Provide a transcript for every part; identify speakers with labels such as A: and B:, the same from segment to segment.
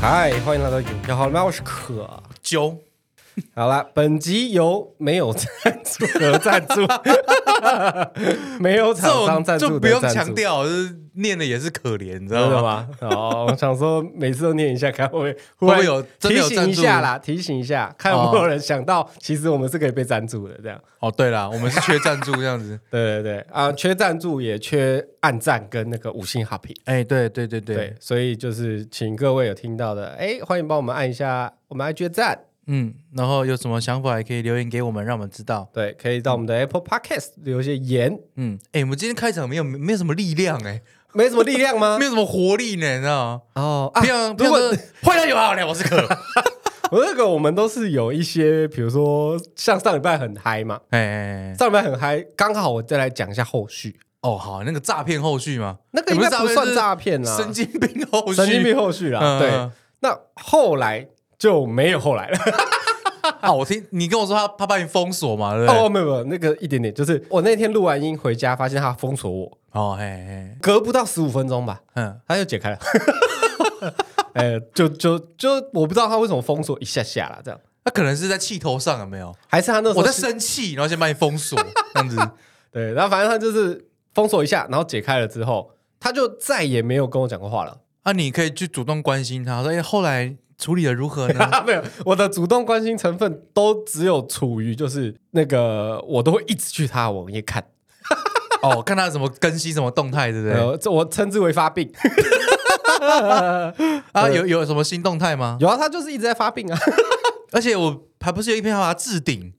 A: 嗨，欢迎来到影票好了吗？我是可。
B: 揪，
A: 好啦，本集由没有赞助和赞 助，没有
B: 这
A: 厂商
B: 种
A: 赞助
B: 就
A: 的
B: 不用
A: 赞助
B: 强，调，就是念的也是可怜，你知道
A: 真的
B: 吗？
A: 吗？哦，我想说每次都念一下，看会不
B: 会不
A: 会
B: 会有真
A: 提
B: 的有
A: 醒
B: 赞
A: 一
B: 助
A: 下啦，提醒一下，看有没有人想到，其实我们是可以被赞助的，这样。。
B: 哦，对啦，我们是缺赞助这样子
A: 对对对啊，缺赞助也缺暗赞跟那个五星好评。
B: 哎，对对对
A: 对，，所以就是请各位有听到的，哎，欢迎帮我们按一下我们 IG 的赞，
B: 嗯，然后有什么想法也可以留言给我们，让我们知道。
A: 对，可以到我们的 Apple Podcast 留一些言，
B: 嗯，哎，我们今天开场没有没有什么力量，哎，
A: 没什么力量吗
B: 没？有什么活力呢，你知道吗？
A: 哦，啊
B: 不，要不
A: 如
B: 要
A: 果
B: 说， 欢迎来有好聊，我是可。
A: 我那个我们都是有一些，比如说像上礼拜很嗨嘛，
B: 哎哎，哎
A: 上礼拜很嗨，刚好我再来讲一下后续，
B: 哦，好，那个诈骗后续哎吗？
A: 那个应该不算诈骗啦，
B: 啊神经病后续，
A: 神经病后续啦，
B: 嗯
A: 对，那后来就没有后来了。
B: 啊！我听你跟我说他他把你封锁嘛，对不 对？
A: 哦，没有没有，那个一点点，就是我那天录完音回家，发现他封锁我，
B: 哦，嘿嘿，
A: 隔不到十五分钟吧，
B: 嗯，
A: 他就解开了。 哎，就就就我不知道他为什么封锁一下下啦，这样
B: 他可能是在气头上有没有？
A: 还是他那时候
B: 我在
A: 是
B: 生气，然后先把你 封锁，这样子。
A: 对，然后反正他就是封锁一下，然后解开了之后，他就再也没有跟我讲过话了。
B: 啊，你可以去主动关心他，说：“哎、后来处理的如何 呢
A: 啊，没有，我的主动关心成分都只有处于就是那个，我都会一直去他的网页看，？”
B: 哦，看他怎么更新什么动态，对不对？
A: 呃，这我称之为发病。
B: 啊，有有什么新动态吗？
A: 有啊，他就是一直在发病啊。
B: 而且我还不是有一篇他把它置顶，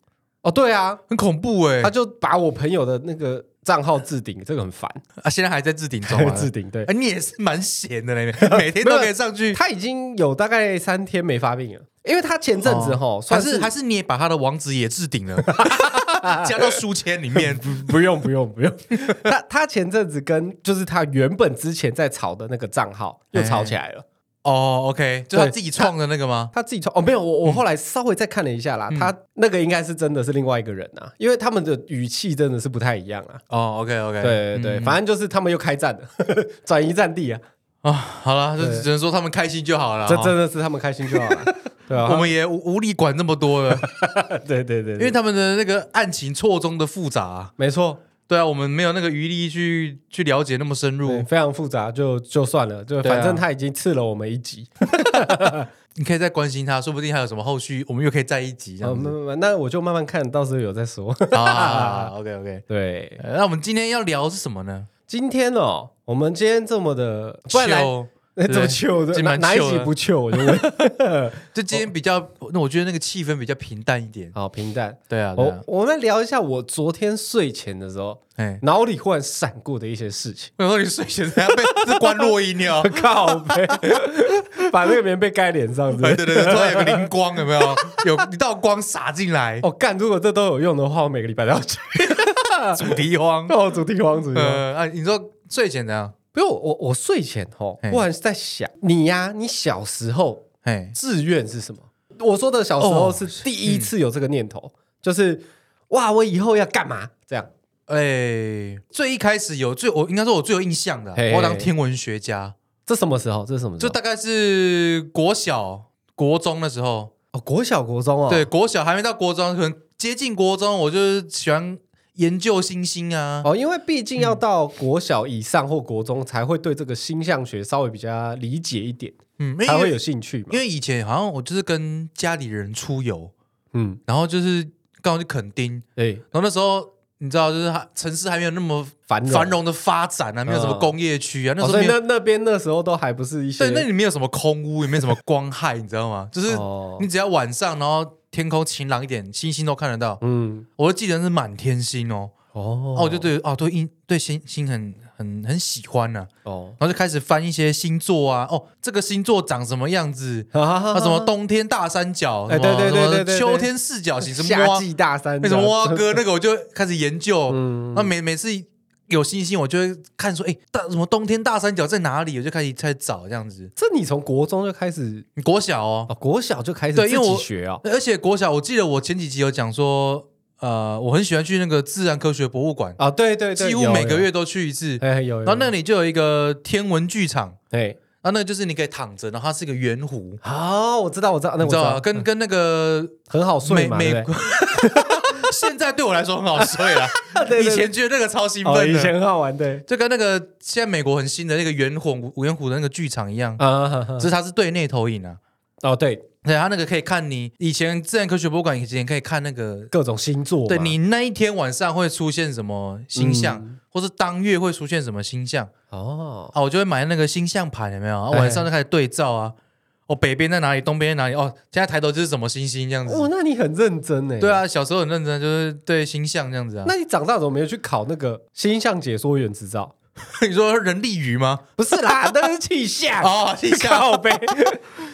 A: 哦，对啊，
B: 很恐怖哎、
A: 他就把我朋友的那个账号置顶，这个很烦。
B: 啊，现在还在置顶中啊。
A: 置顶对
B: 哎、，你也是蛮闲的嘞， 每天都可以上去。
A: 他已经有大概三天没发病了，因为他前阵子哈，
B: 哦
A: 算
B: 还是还是你也把他的网址也置 顶了，加到书签里面。
A: 不用不用不用， 他他前阵子跟就是他原本之前在吵的那个账号
B: 哎
A: 又吵起来了。
B: 哦，OK，就他
A: 对
B: 自己创的那个吗？
A: 他自己创哦，没有
B: 嗯
A: 我我后来稍微再看了一下啦，他那个应该是真的是另外一个人啊，因为他们的语气真的是不太一样啊。
B: 哦，OK，OK，、
A: 对对对，反正就是他们又开战了， 转移战地啊，
B: 啊，好了，就
A: 对
B: 只能说他们开心就好了。
A: 这
B: 哦
A: 真的是他们开心就好了。对啊，
B: 我们也无无力管那么多了，
A: 对对 对，
B: 因
A: 因
B: 为
A: 为
B: 他们的那个案情错综的复杂、
A: 没错，
B: 对啊，我们没有那个余力去去了解那么深
A: 对
B: 入。
A: 非常复杂，就就算了，就
B: 对啊
A: 反正他已经刺了我们一集，
B: 你可以再关心他，说不定还有什么后续，我们又可以在一集这
A: 啊，
B: 样子。
A: 慢慢那我就慢慢看，到时候有再说。
B: 啊，OK OK。
A: 对，
B: 呃那我们今天要聊是什么呢？
A: 今天哦，我们今天这么的，不然来
B: 就
A: 怎么糗的？
B: 今天
A: 哪
B: 蛮
A: 哪一
B: chill
A: 集
B: 的
A: 不糗？我就问。
B: 就今天比较，那我觉得那个气氛比较平淡一点。
A: 好平淡。
B: 对啊，对啊
A: 我，我们来聊一下我昨天睡前的时候，
B: 哎，。
A: 脑里忽然闪过的一些事情
B: 我说你睡前在被是关落音了。
A: 靠背， 把那个棉被盖脸上是不
B: 哎，
A: 是
B: 对对对，突然有个灵光，有没 有？有一道光洒进来，
A: 哦，干！如果这都有用的话，我每个礼拜都要去。
B: 主题荒。
A: 哦，主题王主题王。
B: 呃啊，你说睡前怎样？
A: 不是我，我我睡前哦，
B: 嘿
A: 忽然在想你呀、你小时候
B: 哎，
A: 志愿是什么？我说的小时候
B: 哦
A: 是第一次有这个念头，就是哇，我以后要干嘛？这样
B: 哎、最一开始有最我应该说我最有印象的啊、
A: 嘿
B: 我要当天文学家，
A: 这什么时候？这是什么时
B: 就
A: 候？
B: 大概是国小、国中的时候。
A: 哦，国小国中哦，
B: 对，国小还没到国中，可能接近国中，我就是喜欢研究星星啊。
A: 哦，因为毕竟要到国小以上或国中才会对这个星象学稍微比较理解一点，
B: 嗯，因
A: 才会
B: 为
A: 有兴趣嘛
B: 因。为以前好像我就是跟家里人出游，
A: 嗯，
B: 然后就是刚好去垦丁，
A: 对，
B: 然后那时候。你知道，就是还城市还没有那么
A: 繁荣
B: 繁荣的发展啊，没有什么
A: 嗯
B: 工业区啊，那
A: 哦
B: 时候
A: 所
B: 没
A: 以
B: 有
A: 那那边那时候都还不是一些
B: 对，那里面有什么空屋，也没有什么光害，你知道吗？就是
A: 哦
B: 你只要晚上，然后天空晴朗一点，星星都看得到。
A: 嗯
B: 我就记得是满天星哦，
A: 哦
B: 哦，我就对哦对星对星星很很很喜欢呢、
A: 哦，
B: 然后就开始翻一些星座啊，哦，这个星座长什么样子？
A: 啊
B: 啊，什么冬天大三角，
A: 哎
B: 什么
A: 对对对
B: 什么
A: 对对对
B: 秋天四角形，什么
A: 夏
B: 蛙，哎
A: 季大三
B: 啊那什么啊蛙哥，那个我就开始研究。
A: 嗯
B: 那每每次有星星，我就会看说，哎，大什么冬天大三角在哪里？我就开始在找这样子。
A: 这你从国中就开始
B: 你国小哦，
A: 哦，国小就开始
B: 对因为
A: 自己
B: 我
A: 学哦，
B: 而且国小，我记得我前几集有讲说，呃，我很喜欢去那个自然科学博物馆，
A: 啊，对对对，
B: 几乎
A: 有
B: 每个
A: 有
B: 月都去一次。
A: 哎有，
B: 然后那
A: 里
B: 里就有一个天文剧场，
A: 哎
B: 然后那个就是你可以躺着，然后它是一个圆弧，
A: 好，我知道，我知道，那我
B: 你知
A: 知
B: 道
A: 道
B: 吗？，跟跟那个
A: 很好睡
B: 美
A: 嘛，
B: 美
A: 对不
B: 国， 现在对我来说很好睡了，
A: 对对对
B: 以前觉得那个超兴
A: 对哦，
B: 奋
A: 以前很
B: 的，
A: 好玩，对
B: 就跟那个现在美国很新的那个圆弧圆弧的那个剧场一样，
A: 啊，哈哈
B: 只是它是对内投影啊。
A: 哦，对，对
B: 对，它那个可以看你以前自然科学博物馆以前可以看那个
A: 各种星座嘛，
B: 对你那一天晚上会出现什么星象，
A: 嗯
B: 或是当月会出现什么星象
A: 哦，
B: 啊？我就会买那个星象盘，有没有？啊晚
A: 哎
B: 上就开始对照啊。哦，北边在哪里？东边在哪里？哦，现在抬头就是什么星星这样子。
A: 哦，那你很认真呢，
B: 对。啊，小时候很认真，就是对星象这样子啊。
A: 那你长大怎么没有去考那个星象解说员执照？
B: 那 你说人力鱼吗？
A: 不是 啦，那是气象，
B: 哦，星象
A: 靠 背。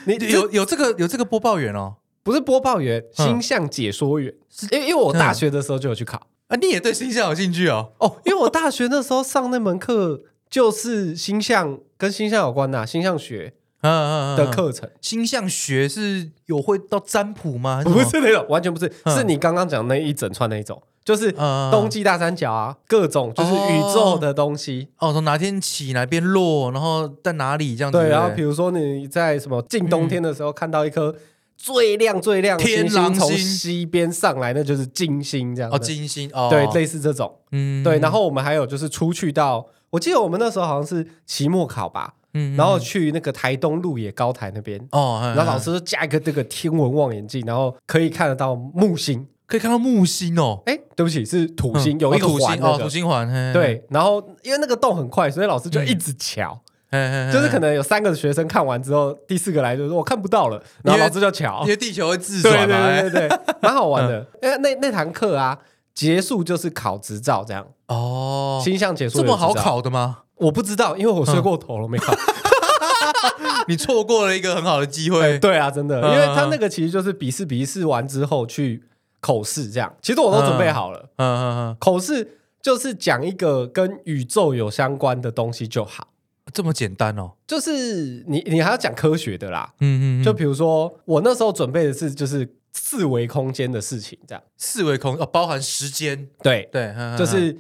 A: 你这
B: 有有这个有这个播报员哦。
A: 不是播报员，
B: 嗯
A: 星象解说员。因为因为我大学的时候就有去考
B: 啊，你也对星象有兴趣哦？
A: 哦，因为我大学那时候上那门课就是星象跟星象有关的啊、星象学
B: 嗯嗯嗯
A: 的，
B: 嗯
A: 课程，
B: 星象学是有会到占卜吗？还
A: 不
B: 什么，
A: 是那种完全不是，
B: 嗯
A: 是你刚刚讲那一整串那一种，就是
B: 嗯
A: 冬季大三角啊，各种就是宇宙的东西。
B: 哦，从哪天起哪边落，然后在哪里这样子？
A: 对，然后
B: 不
A: 比如说你在什么近冬天的时候看到一颗最亮最亮的
B: 天
A: 星
B: 狼
A: 星
B: 星
A: 从西边上来，那就是金星这样
B: 哦，
A: 子。
B: 金星哦，
A: 对，类似这种。
B: 嗯
A: 对，然后我们还有就是出去到，我记得我们那时候好像是期末考吧，
B: 嗯
A: 然后去那个台东鹿野高台那边，
B: 哦，嗯
A: 然后老
B: 嗯
A: 师就架一个这个天文望远镜，然后可以看得到木星。
B: 可以看到木星哦，
A: 哎，对不起，是土星，
B: 嗯
A: 有一个
B: 哦土
A: 环
B: 星
A: 那
B: 哦，
A: 个
B: 土星嗯环，嘿，
A: 对，然后因为那个动很快，所以老师就一直瞧，
B: 嘿嘿嘿
A: 就是可能有三个学生看完之后，第四个来就说我哦看不到了，然后老师就瞧
B: 哦因，为地球会自
A: 对
B: 转
A: 对
B: 嘛，哎
A: 对
B: 嗯
A: 对对，蛮好玩的。因为那那堂课啊，结束就是考执照这样，
B: 哦，
A: 星象解说
B: 这
A: 员
B: 么
A: 执
B: 好
A: 照
B: 考的吗？
A: 我不知道，因为我睡过头了，没考。
B: 你错过了一个很好的机会，
A: 对啊，真的，
B: 嗯
A: 因为他那个其实就是笔试，笔试完之后去口试这样。其实我都准备好了，
B: 嗯嗯
A: 口试就是讲一个跟宇宙有相关的东西就好，
B: 嗯，这么简单哦，
A: 就是你你还要讲科学的啦。
B: 嗯嗯，
A: 就
B: 就
A: 比如说我那时候准备的是就是四维空间的事情，这样
B: 四维空哦，包含时间，
A: 对，
B: 对，嗯嗯
A: 就是。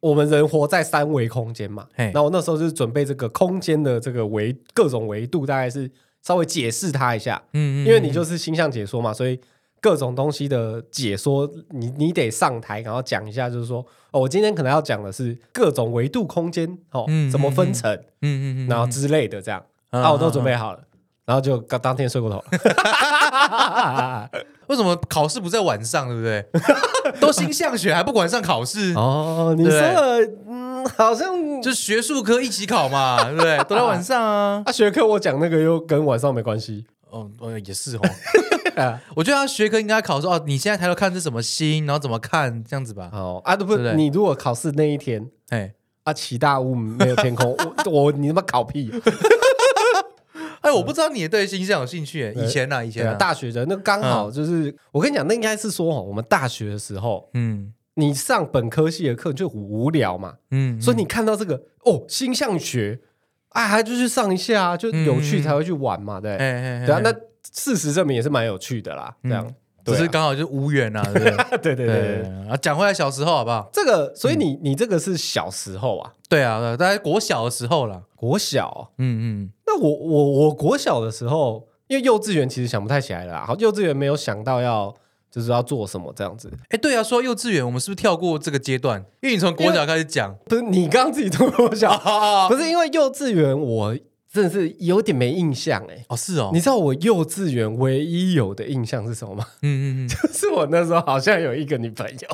A: 我们人活在三维空间嘛，
B: 嘿
A: 那我那时候就是准备这个空间的这个维各种维度，大概是稍微解释它一下，
B: 嗯嗯，
A: 因为你就是星象解说嘛，所以各种东西的解说，你你得上台，然后讲一下，就是说，哦，我今天可能要讲的是各种维度空间，哦，
B: 嗯
A: 怎么分层，
B: 嗯嗯嗯，
A: 然后之类的这样，
B: 嗯
A: 啊，我都准备好了，然后就刚当天睡过头，
B: 为什么考试不在晚上，对 不对？都星象学还不管上考试，
A: 哦，你说了，嗯，好像
B: 就学术科一起考嘛，对不对？都在晚 上啊。
A: 啊，学科我讲那个又跟晚上没关 系，啊
B: 哦，呃，也是哦。我觉得他学科应该考说哦，你现在抬头看是什么星，然后怎么看这样子吧。
A: 哦，啊，不
B: 对不对
A: 是，你如果考试那一天
B: 哎，
A: 啊，奇大雾没有天空，我 我你他妈考屁，
B: 哎，我不知道你也对星象有兴趣耶，以前呐，以
A: 嗯对
B: 前
A: 啊，嗯
B: 啊，
A: 大学的那刚好就是，我跟你讲，那应该是说哦，我们大学的时候，
B: 嗯
A: 你上本科系的课就很无聊嘛，
B: 嗯，
A: 所以你看到这个哦，星象学，啊，还就去上一下啊，就有趣才会去玩嘛，对
B: 哎，哎哎，
A: 对啊，
B: 哎
A: 那事实证明也是蛮有趣的啦，这样
B: 嗯，只是刚好就是无缘啊，对不
A: 对对对
B: 对？对
A: 对
B: 对
A: 对
B: 对。然后讲回来小时候好不好？
A: 这个，所以你
B: 嗯
A: 你这个是小时候啊，
B: 对啊，对啊大概国小的时候啦。
A: 国小。
B: 嗯嗯，
A: 那我我我国小的时候，因为幼稚园其实想不太起来了啦，好，幼稚园没有想到要就是要做什么这样子，
B: 哎，对啊，说到幼稚园，我们是不是跳过这个阶段？因为你从国小开始讲，
A: 不是你刚刚自己读国小，
B: 哦
A: 不是因为幼稚园，我真的是有点没印象哎、
B: 哦是哦
A: 你，知道我幼稚园唯一有的印象是什么吗？
B: 嗯嗯嗯，
A: 就是我那时候好像有一个女朋友，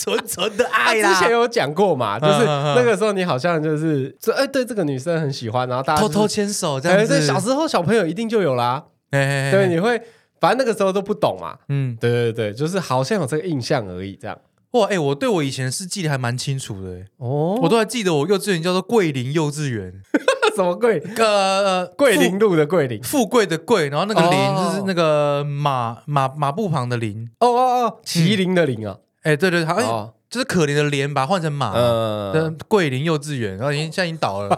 B: 纯纯的
A: 啊
B: 爱
A: 之前有讲过嘛，就是
B: 嗯嗯嗯
A: 那个时候你好像就是说，哎，对这个女生很喜欢，然后大家
B: 偷
A: 啊就是
B: 偷牵手这
A: 哎，
B: 样子
A: 对，，小时候小朋友一定就有啦，
B: 哎哎哎
A: 对，你会，反正那个时候都不懂嘛，
B: 嗯，
A: 对对对，就是好像有这个印象而已，这样。
B: 哇，哎、我对我以前是记得还蛮清楚的、欸，
A: 哦，
B: 我都还记得我幼稚园叫做桂林幼稚 园，
A: 什么桂
B: 呃，
A: 桂林路的桂林？
B: 富富贵的贵，然后那个林、
A: 哦
B: 就是那个马马马步旁的林，
A: 哦哦哦，麒麟的麟啊，
B: 哎、对对，好像、
A: 哦，
B: 就是可怜的莲把它换成马，
A: 嗯
B: 嗯，桂林幼稚园，然后已经现在已经倒了，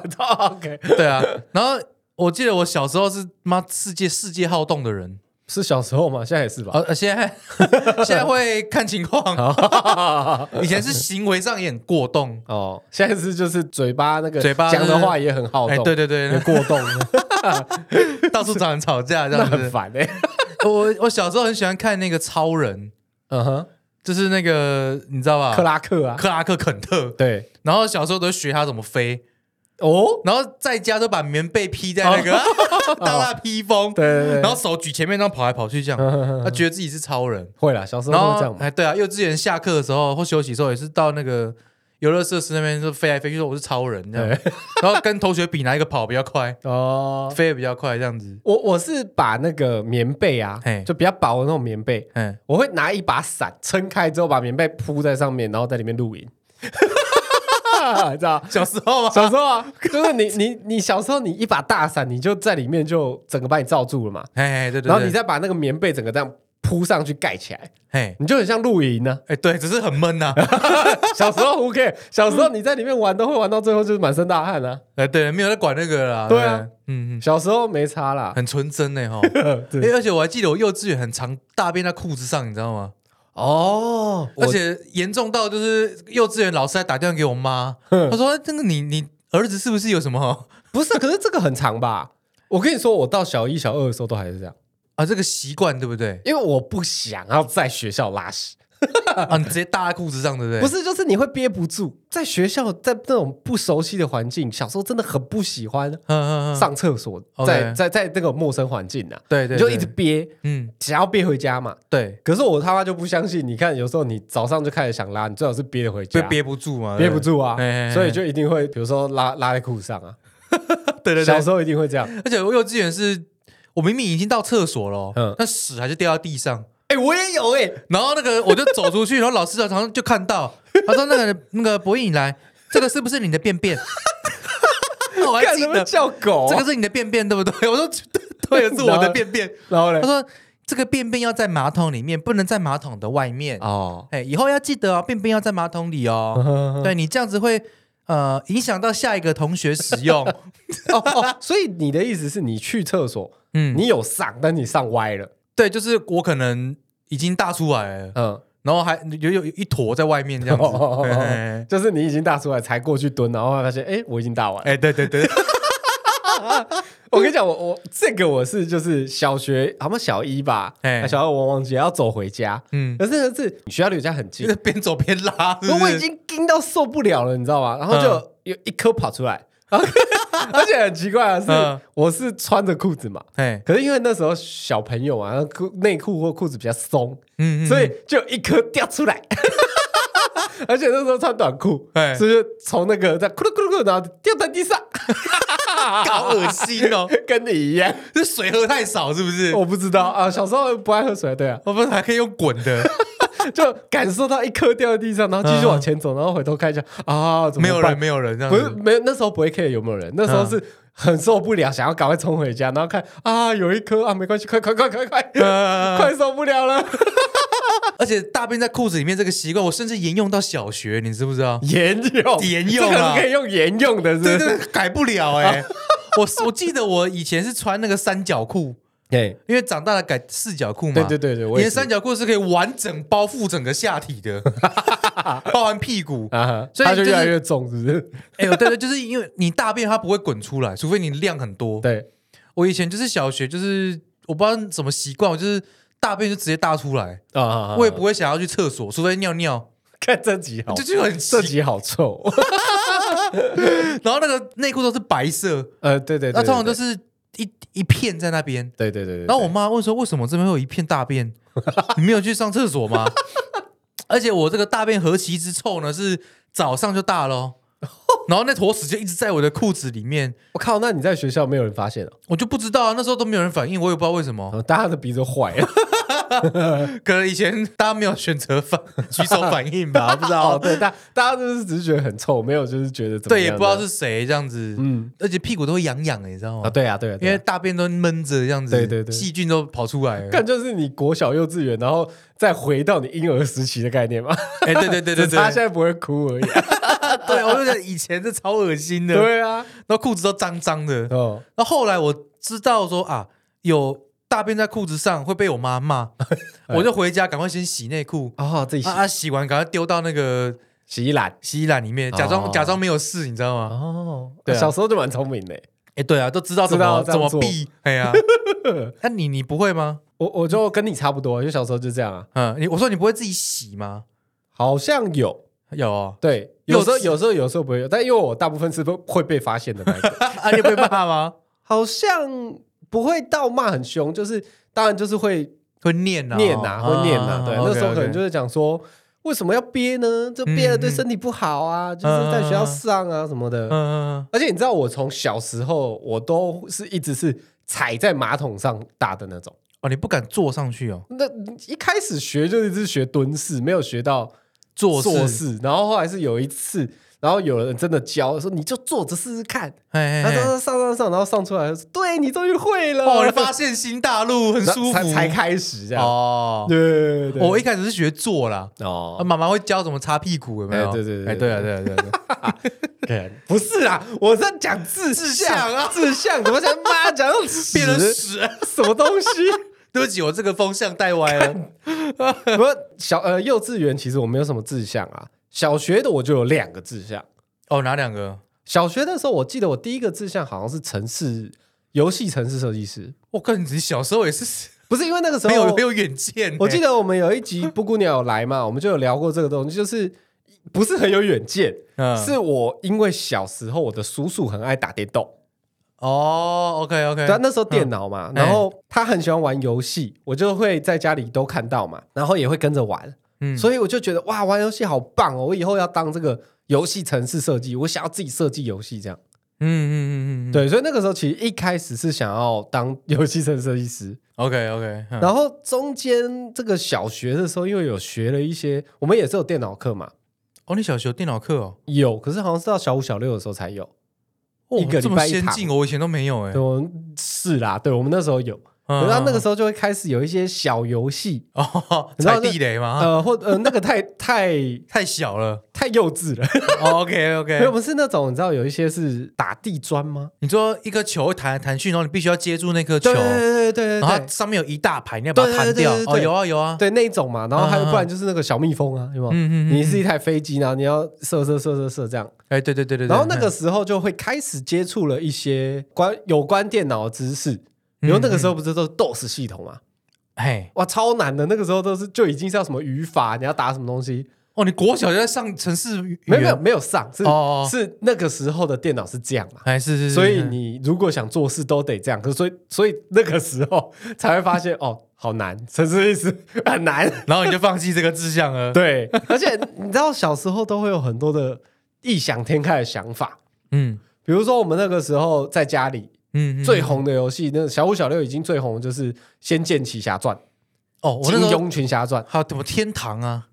A: ，OK，
B: 对啊，然后我记得我小时候是妈世界世界好动的人，
A: 是小时候嘛，现在也是吧？
B: 呃，呃现在现在会看情况，以前是行为上也很过动，
A: 哦，现在是就是嘴巴那个
B: 嘴巴
A: 讲的话也很好
B: 哎，
A: 动，
B: 对对对，
A: 也过动，
B: 到处找人吵架这
A: 那
B: 样
A: 很
B: 子。
A: 烦哎、
B: 我我小时候很喜欢看那个超人，
A: 嗯哼，
B: 就是那个你知道吧？
A: 克拉克啊，
B: 克拉克肯特，
A: 对，
B: 然后小时候都学他怎么飞，
A: 哦，
B: 然后在家都把棉被披在那个 大大披风，
A: 对对嗯对，
B: 然后手举前面这样跑来跑去这样，
A: 后
B: 他觉得自己是超人。
A: 会啦，小时
B: 然
A: 候都会
B: 后
A: 这样嘛，
B: 哎，对啊，幼稚园下课的时候或休息的时候也是到那个游乐设施那边就飞来飞去，说我是超人这样，
A: 对，
B: 然后跟同学比哪一个跑比较快，
A: 哦。
B: 飞得比较快这样子。
A: 我我是把那个棉被啊
B: 嘿，
A: 就比较薄的那种棉被，
B: 嗯，
A: 我会拿一把伞撑开之后，把棉被铺在上面，然后在里面露营， 你知道？
B: 小时候嘛，
A: 小时候 啊，就是你你你小时候，你一把大伞，你就在里面就整个把你罩住了嘛，
B: 哎，哎对对，
A: 然后你
B: 在，
A: 再把那个棉被整个这样铺上去盖起来，
B: 哎
A: 你就很像露营呢、
B: 哎，对，只是很闷呐。
A: 小时候 OK，小时候你在里面玩都会玩到最后就是满身大汗啊，
B: 哎，对，没有在管那个啦。
A: 对啊，
B: 嗯嗯，
A: 小时候没差啦。
B: 很纯真呢哈。
A: 对
B: 哎，而且我还记得我幼稚园很常大便在裤子上，你知道吗？
A: 哦，
B: 而
A: 而且
B: 且严重到就是幼稚园老师还打电话给我妈，她说：“哎这个你你儿子是不是有什么
A: 不是，可是这个很长吧？我跟你说，我到小一、小二的时候都还是这样，
B: 啊这个习惯对不对？
A: 因为我不想要在学校拉屎。
B: 啊你直接搭在裤子上对不对？
A: 不是，就是你会憋不住，在学校，在那种不熟悉的环境，小时候真的很不喜欢
B: 嗯，嗯嗯嗯，
A: 上厕所，
B: OK
A: 在在在那个陌生环境啊，
B: 对对，
A: 你就
B: 对
A: 一直憋，
B: 嗯
A: 想要憋回家嘛。
B: 对，
A: 可是我他妈就不相信，你看有时候你早上就开始想拉，你最好是憋得回
B: 就
A: 家，
B: 憋不住嘛，
A: 憋不住啊
B: 嘿嘿嘿，
A: 所以就一定会，比如说拉拉在裤子上啊，
B: 对对对
A: 小
B: 对，
A: 时候一定会这样。
B: 而且我幼稚园是我明明已经到厕所了哦
A: 嗯，
B: 那屎还是掉到地上。
A: 哎，我也有 哎，
B: 然后那个我就走出去，然后老师常常就看到，他说那个那个博弈你来，这个是不是你的便 便？我还
A: 干
B: 记
A: 什么
B: 得
A: 叫狗啊？
B: 这个是你的便便对不对？我说对，对是我的便 便。
A: 然后
B: 他
A: 嘞，
B: 说这个便便要在马桶里面，不能在马桶的外面。
A: 哦，
B: 哎，以后要记得哦，便便要在马桶里 哦。对你这样子会呃影响到下一个同学使 用。
A: 哦 哦，所以你的意思是你去厕所，
B: 嗯，
A: 你有上，但你上歪了，
B: 对，就是我可能已经大出来了，
A: 嗯，
B: 然后还有有有一坨在外面这样 子。
A: 哦
B: 嘿嘿嘿
A: 就是你已经大出来才过去蹲，然后发现，哎，我已经大完了。
B: 哎，对对对，
A: 我跟你讲，我我这个我是就是小学，好像小一吧，
B: 哎
A: 哎，小二我忘记了要走回家，
B: 嗯，
A: 可是是学校离我家很近
B: 就，是边走边拉，是
A: 我
B: 不是
A: 我已经盯到受不了了，你知道吗？然后就有一颗跑出来，然后而且很奇怪的
B: 嗯
A: 是，我是穿着裤子嘛，
B: 哎，
A: 可是因为那时候小朋友嘛，然后裤内裤或裤子比较松，
B: 嗯，嗯
A: 所以就有一颗掉出来。 而且那时候穿短裤
B: 哎，
A: 所以就从那个在咕噜咕噜咕噜，然后掉在地上，
B: 啊好恶心 哦，
A: 跟你一样。
B: 这水喝太少是不是？
A: 我不知道啊，小时候不爱喝水，对啊，
B: 我们还可以用滚的，
A: 就感受到一颗掉在地上，然后继续往前走，然后回头看一下啊，怎么
B: 没有
A: 办
B: 人，没有人这样
A: 不是
B: 子。
A: 没有，那时候不会 care 有没有人，那时候
B: 嗯
A: 是很受不了，想要赶快冲回家，然后看啊有一颗啊没关系，快快快快快，
B: 呃，
A: 快受不了 了，
B: 而且大便在裤子里面这个习惯，我甚至沿用到小学，你知不知道？
A: 沿用
B: 沿用啊
A: 这个是可以用沿用的，是不
B: 对
A: 是？
B: 对，改不了哎。我我记得我以前是穿那个三角裤，
A: 对
B: 因为长大了改四角裤嘛。
A: 对对对对，我
B: 以
A: 也
B: 前
A: 是
B: 三角裤是可以完整包覆整个下体 的，包含屁股。
A: 啊哈，
B: 所以
A: 它就
B: 就是
A: 越来越重，是不是？
B: 哎呦，对对，就是因为你大便它不会滚出来，除非你量很多。
A: 对，
B: 我以前就是小学，就是我不知道什么习惯，我就是大便就直接大出来，
A: 啊啊，啊
B: 我也不会想要去厕所，除非尿尿，
A: 看这集好
B: 就，就很
A: 哦这
B: 奇。
A: 集好臭，
B: 然后那个内裤都是白色，
A: 呃，对对，对
B: 那通常
A: 对
B: 都是一一片在那边。
A: 对对对对，
B: 然后我妈问说：“为什么这边会有一片大便？你没有去上厕所吗？” 而且我这个大便何其之臭呢，是早上就大 喽，然后那坨屎就一直在我的裤子里面，
A: 我靠，那你在学校没有人发现哦
B: 我就不知道啊，那时候都没有人反应，我也不知道为什么，
A: 哦，大家的鼻子都坏了，
B: 可能以前大家没有选择反举手反应吧，我不知 道
A: 哦，。对， 大大家就是只是觉得很臭，没有就是觉得怎么样
B: 对，也不知道
A: 的
B: 是谁这样子，
A: 嗯
B: 而且屁股都会痒欸痒的，你知道
A: 啊，
B: 吗？
A: 对啊，对啊，
B: 因
A: 对啊
B: 为大便都闷着这样子，
A: 对对对
B: 细菌都跑出来了。
A: 看就是你国小、幼稚园，然后再回到你婴儿时期的概念嘛。
B: 哎，对对 对对
A: 只差
B: 对，
A: 现在不会哭 而已。
B: 对我就觉得以前是超恶心的，
A: 对啊，
B: 然后裤子都脏脏的。
A: 哦，
B: 那后来我知道说啊，有大便在裤子上会被我 妈骂，我就回家赶快先洗内裤，
A: 哦，哎自己洗
B: 啊啊，洗完赶快丢到那个
A: 洗衣篮
B: 洗衣篮里面，假装、
A: 哦
B: 假装没有事，你知道吗？
A: 哦，
B: 对啊
A: 小时候就蛮聪明的。
B: 哎、对啊，都知道怎
A: 知道
B: 么
A: 这
B: 怎
A: 样
B: 么
A: 做
B: 避，哎呀、 那、你你不会吗？
A: 我我就跟你差不多，就小时候就这样啊，
B: 嗯，你我说你不会自己洗吗？
A: 好像有
B: 有哦、
A: 对，有时候
B: 幼稚
A: 有时候有时候不会有，但因为我大部分是不会被发现的那一 个，
B: 啊，你被骂 吗？
A: 好像不会到骂很凶，就是当然就是会
B: 会念啊，
A: 念啊，会念啊，对，那时候可能就是是讲说。为什么要憋呢？这憋了对
B: 嗯嗯
A: 身体不好啊，就是在学校上啊什么的。
B: 嗯嗯
A: 而且你知道，我从小时候我都是一直是踩在马桶上打的那种。
B: 哦，你不敢坐上去哦，
A: 那一开始学就一直学蹲式，没有学到
B: 坐
A: 坐
B: 式，
A: 式。然后后来是有一次，然后有人真的教说你就坐着试试看，
B: 哎
A: 然后
B: 哎，
A: 上上上上，然后上出来就说对你终于会了，
B: 哦，你发现新大陆很
A: 然后
B: 舒
A: 才
B: 服，
A: 才开始这样。
B: 哦。
A: 对对对对，
B: 我一开始是学坐啦，啊
A: 哦，
B: 妈妈会教怎么擦屁股，有没有？
A: 哎对对对
B: 哎对啊对啊对啊对啊，
A: 不是啦，我在讲志
B: 志
A: 向
B: 向啊
A: 志向怎么讲？妈讲到
B: 变成
A: 屎
B: 屎，
A: 什么东西？
B: 对不起，我这个风向带歪 了。
A: 不过小呃，幼稚园其实我没有什么志向啊，小学的我就有两个志向。
B: 哦，哪两个？
A: 小学的时候，我记得我第一个志向好像是城市游戏城市设计师，
B: 我靠，你小时候 也是
A: 不是因为那个时候
B: 没有没有远见欸，
A: 啊 我记得我们有一 集布谷鸟有来嘛，我们就有聊过这个东西，就是不是很有远见。
B: 嗯
A: 是我因为小时候我的叔叔很爱打电动，
B: 哦，OK OK，
A: 对啊，那时候电脑嘛，
B: 嗯
A: 然后他很喜欢玩游戏，我就会在家里都看到嘛，然后也会跟着玩，
B: 嗯
A: 所以我就觉得哇，玩游戏好棒哦！我以后要当这个游戏城市设计，我想要自己设计游戏这样。
B: 嗯嗯嗯嗯，
A: 对，所以那个时候其实一开始是想要当游戏城市设计师，
B: ，OK OK，
A: 然后中间这个小学的时候，因为有学了一些，我们也是有电脑课嘛，
B: 哦，你小学有电脑课哦，
A: 有，可是好像是到小五小六的时候才有。
B: 哦
A: 一个礼
B: 这么
A: 拜一
B: 先
A: 堂
B: 进，我以前都没有哎
A: 对，。我们是啦，对我们那时候有，
B: 嗯
A: 然后那个
B: 嗯
A: 时候就会开始有一些小游戏，
B: 哦，
A: 你知道
B: 踩
A: 那
B: 地雷嘛，
A: 呃，或呃那个太太
B: 太 小了。
A: 太幼稚了，
B: OK
A: 没有，
B: OK，
A: 不是那种你知道有一些是打地砖吗？
B: 你说一个球弹来弹去，然后你必须要接住那颗球啊
A: 对，对对对
B: 然后它
A: 对
B: 上面有一大排，你要把它
A: 对对
B: 弹掉
A: 对。对
B: 哦，
A: 对
B: 有啊有啊，
A: 对那一种嘛，然后还有
B: 嗯嗯嗯
A: 不然就是那个小蜜蜂啊，有没有？
B: 嗯嗯嗯
A: 你是一台飞机，然后你要射射射射射这样，
B: 哎对对对对。对
A: 然后那个时候就会开始接触了一些关有关电脑的知识，因为
B: 嗯
A: 那个时候不是都是 DOS 系统嘛，
B: 哎，
A: 哇，超难的！那个时候都是就已经是要什么语法，你要打什么东西，
B: 哦，你国小就在上城市语
A: 没有没，有
B: 语言
A: 没有上，是
B: 哦哦
A: 是那个时候的电脑是这样嘛，
B: 哎是是，是
A: 所以
B: 是
A: 你如果想做事都得这样，可是所以所以那个时候才会发现哦，好难，甚至意思 很难，
B: 然后你就放弃这个志向了。，
A: 对，而且你知道小时候都会有很多的异想天开的想法，
B: 嗯
A: 比如说我们那个时候在家里。
B: 嗯，嗯
A: 最红的游戏，那小五小六已经最红，就是《仙剑奇侠传》
B: 哦，
A: 《
B: 我那
A: 金
B: 时候
A: 庸群侠传》。
B: 还有什么天堂啊，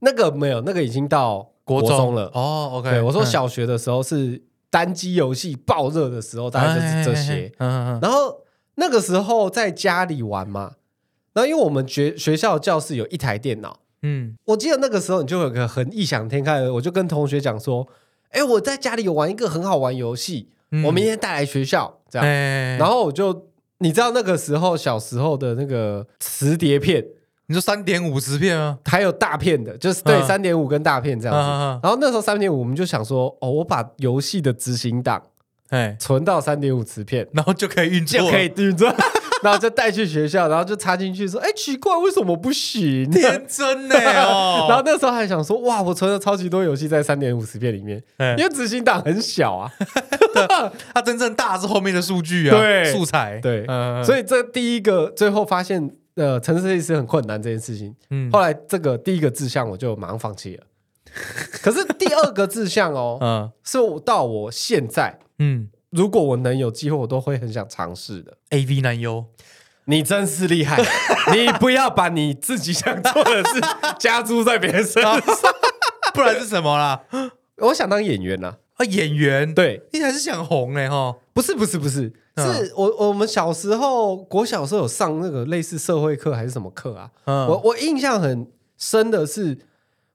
A: 那个没有，那个已经到国中
B: 中
A: 了。
B: 哦，OK，
A: 对，我说
B: 嗯
A: 小学的时候是单机游戏爆热的时候，
B: 啊
A: 大概就是这些。
B: 哎。哎哎嗯嗯嗯，
A: 然后那个时候在家里玩嘛，然后因为我们学学校的教室有一台电脑，
B: 嗯，
A: 我记得那个时候你就有个很异想天开的，我就跟同学讲说：“哎，我在家里有玩一个很好玩游戏，
B: 嗯
A: 我明天带来学校。”这样，
B: 哎，
A: 然
B: 后
A: 后我就，你知道那个时候小时候的那个磁碟片，
B: 你说三点五十片啊，
A: 还有大片的，就是对
B: 嗯
A: 三点五跟大片这样子。
B: 嗯嗯嗯
A: 然后那时候三点五，我们就想说，哦，我把游戏的执行档
B: 哎，
A: 存到三点五磁片，
B: 然后就可以运作
A: 就
B: 了，
A: 可以运作， 然后就带去学校，然后就插进去说，哎，奇怪，为什么不行？
B: 天真呢 哦。
A: 然后那时候还想说，哇，我存了超级多游戏在三点五磁片里面，
B: 嗯
A: 因为执行档很小 啊。
B: 它真正大是后面的数据啊，
A: 对
B: 素材，
A: 对，
B: 嗯，
A: 所
B: 以
A: 以这第一个最后发现，呃，城市设计师很困难这件事情，
B: 嗯
A: 后来这个第一个志向我就马上放弃了。可是第二个志向哦，
B: 嗯
A: 是我到我现在，
B: 嗯
A: 如果我能有机会，我都会很想尝试的。
B: ，A V 男优，
A: 你真是厉 害，你不要把你自己想做的事加诸在别人身上。
B: 不然是什么啦？
A: 我想当演员啦，
B: 啊，演员，，
A: 对，
B: 你还是想红欸呢哈？
A: 不是不是不是，
B: 嗯
A: 是我我们小时候国小时候有上那个类似社会课还是什么课啊？
B: 嗯
A: 我我印象很深的是，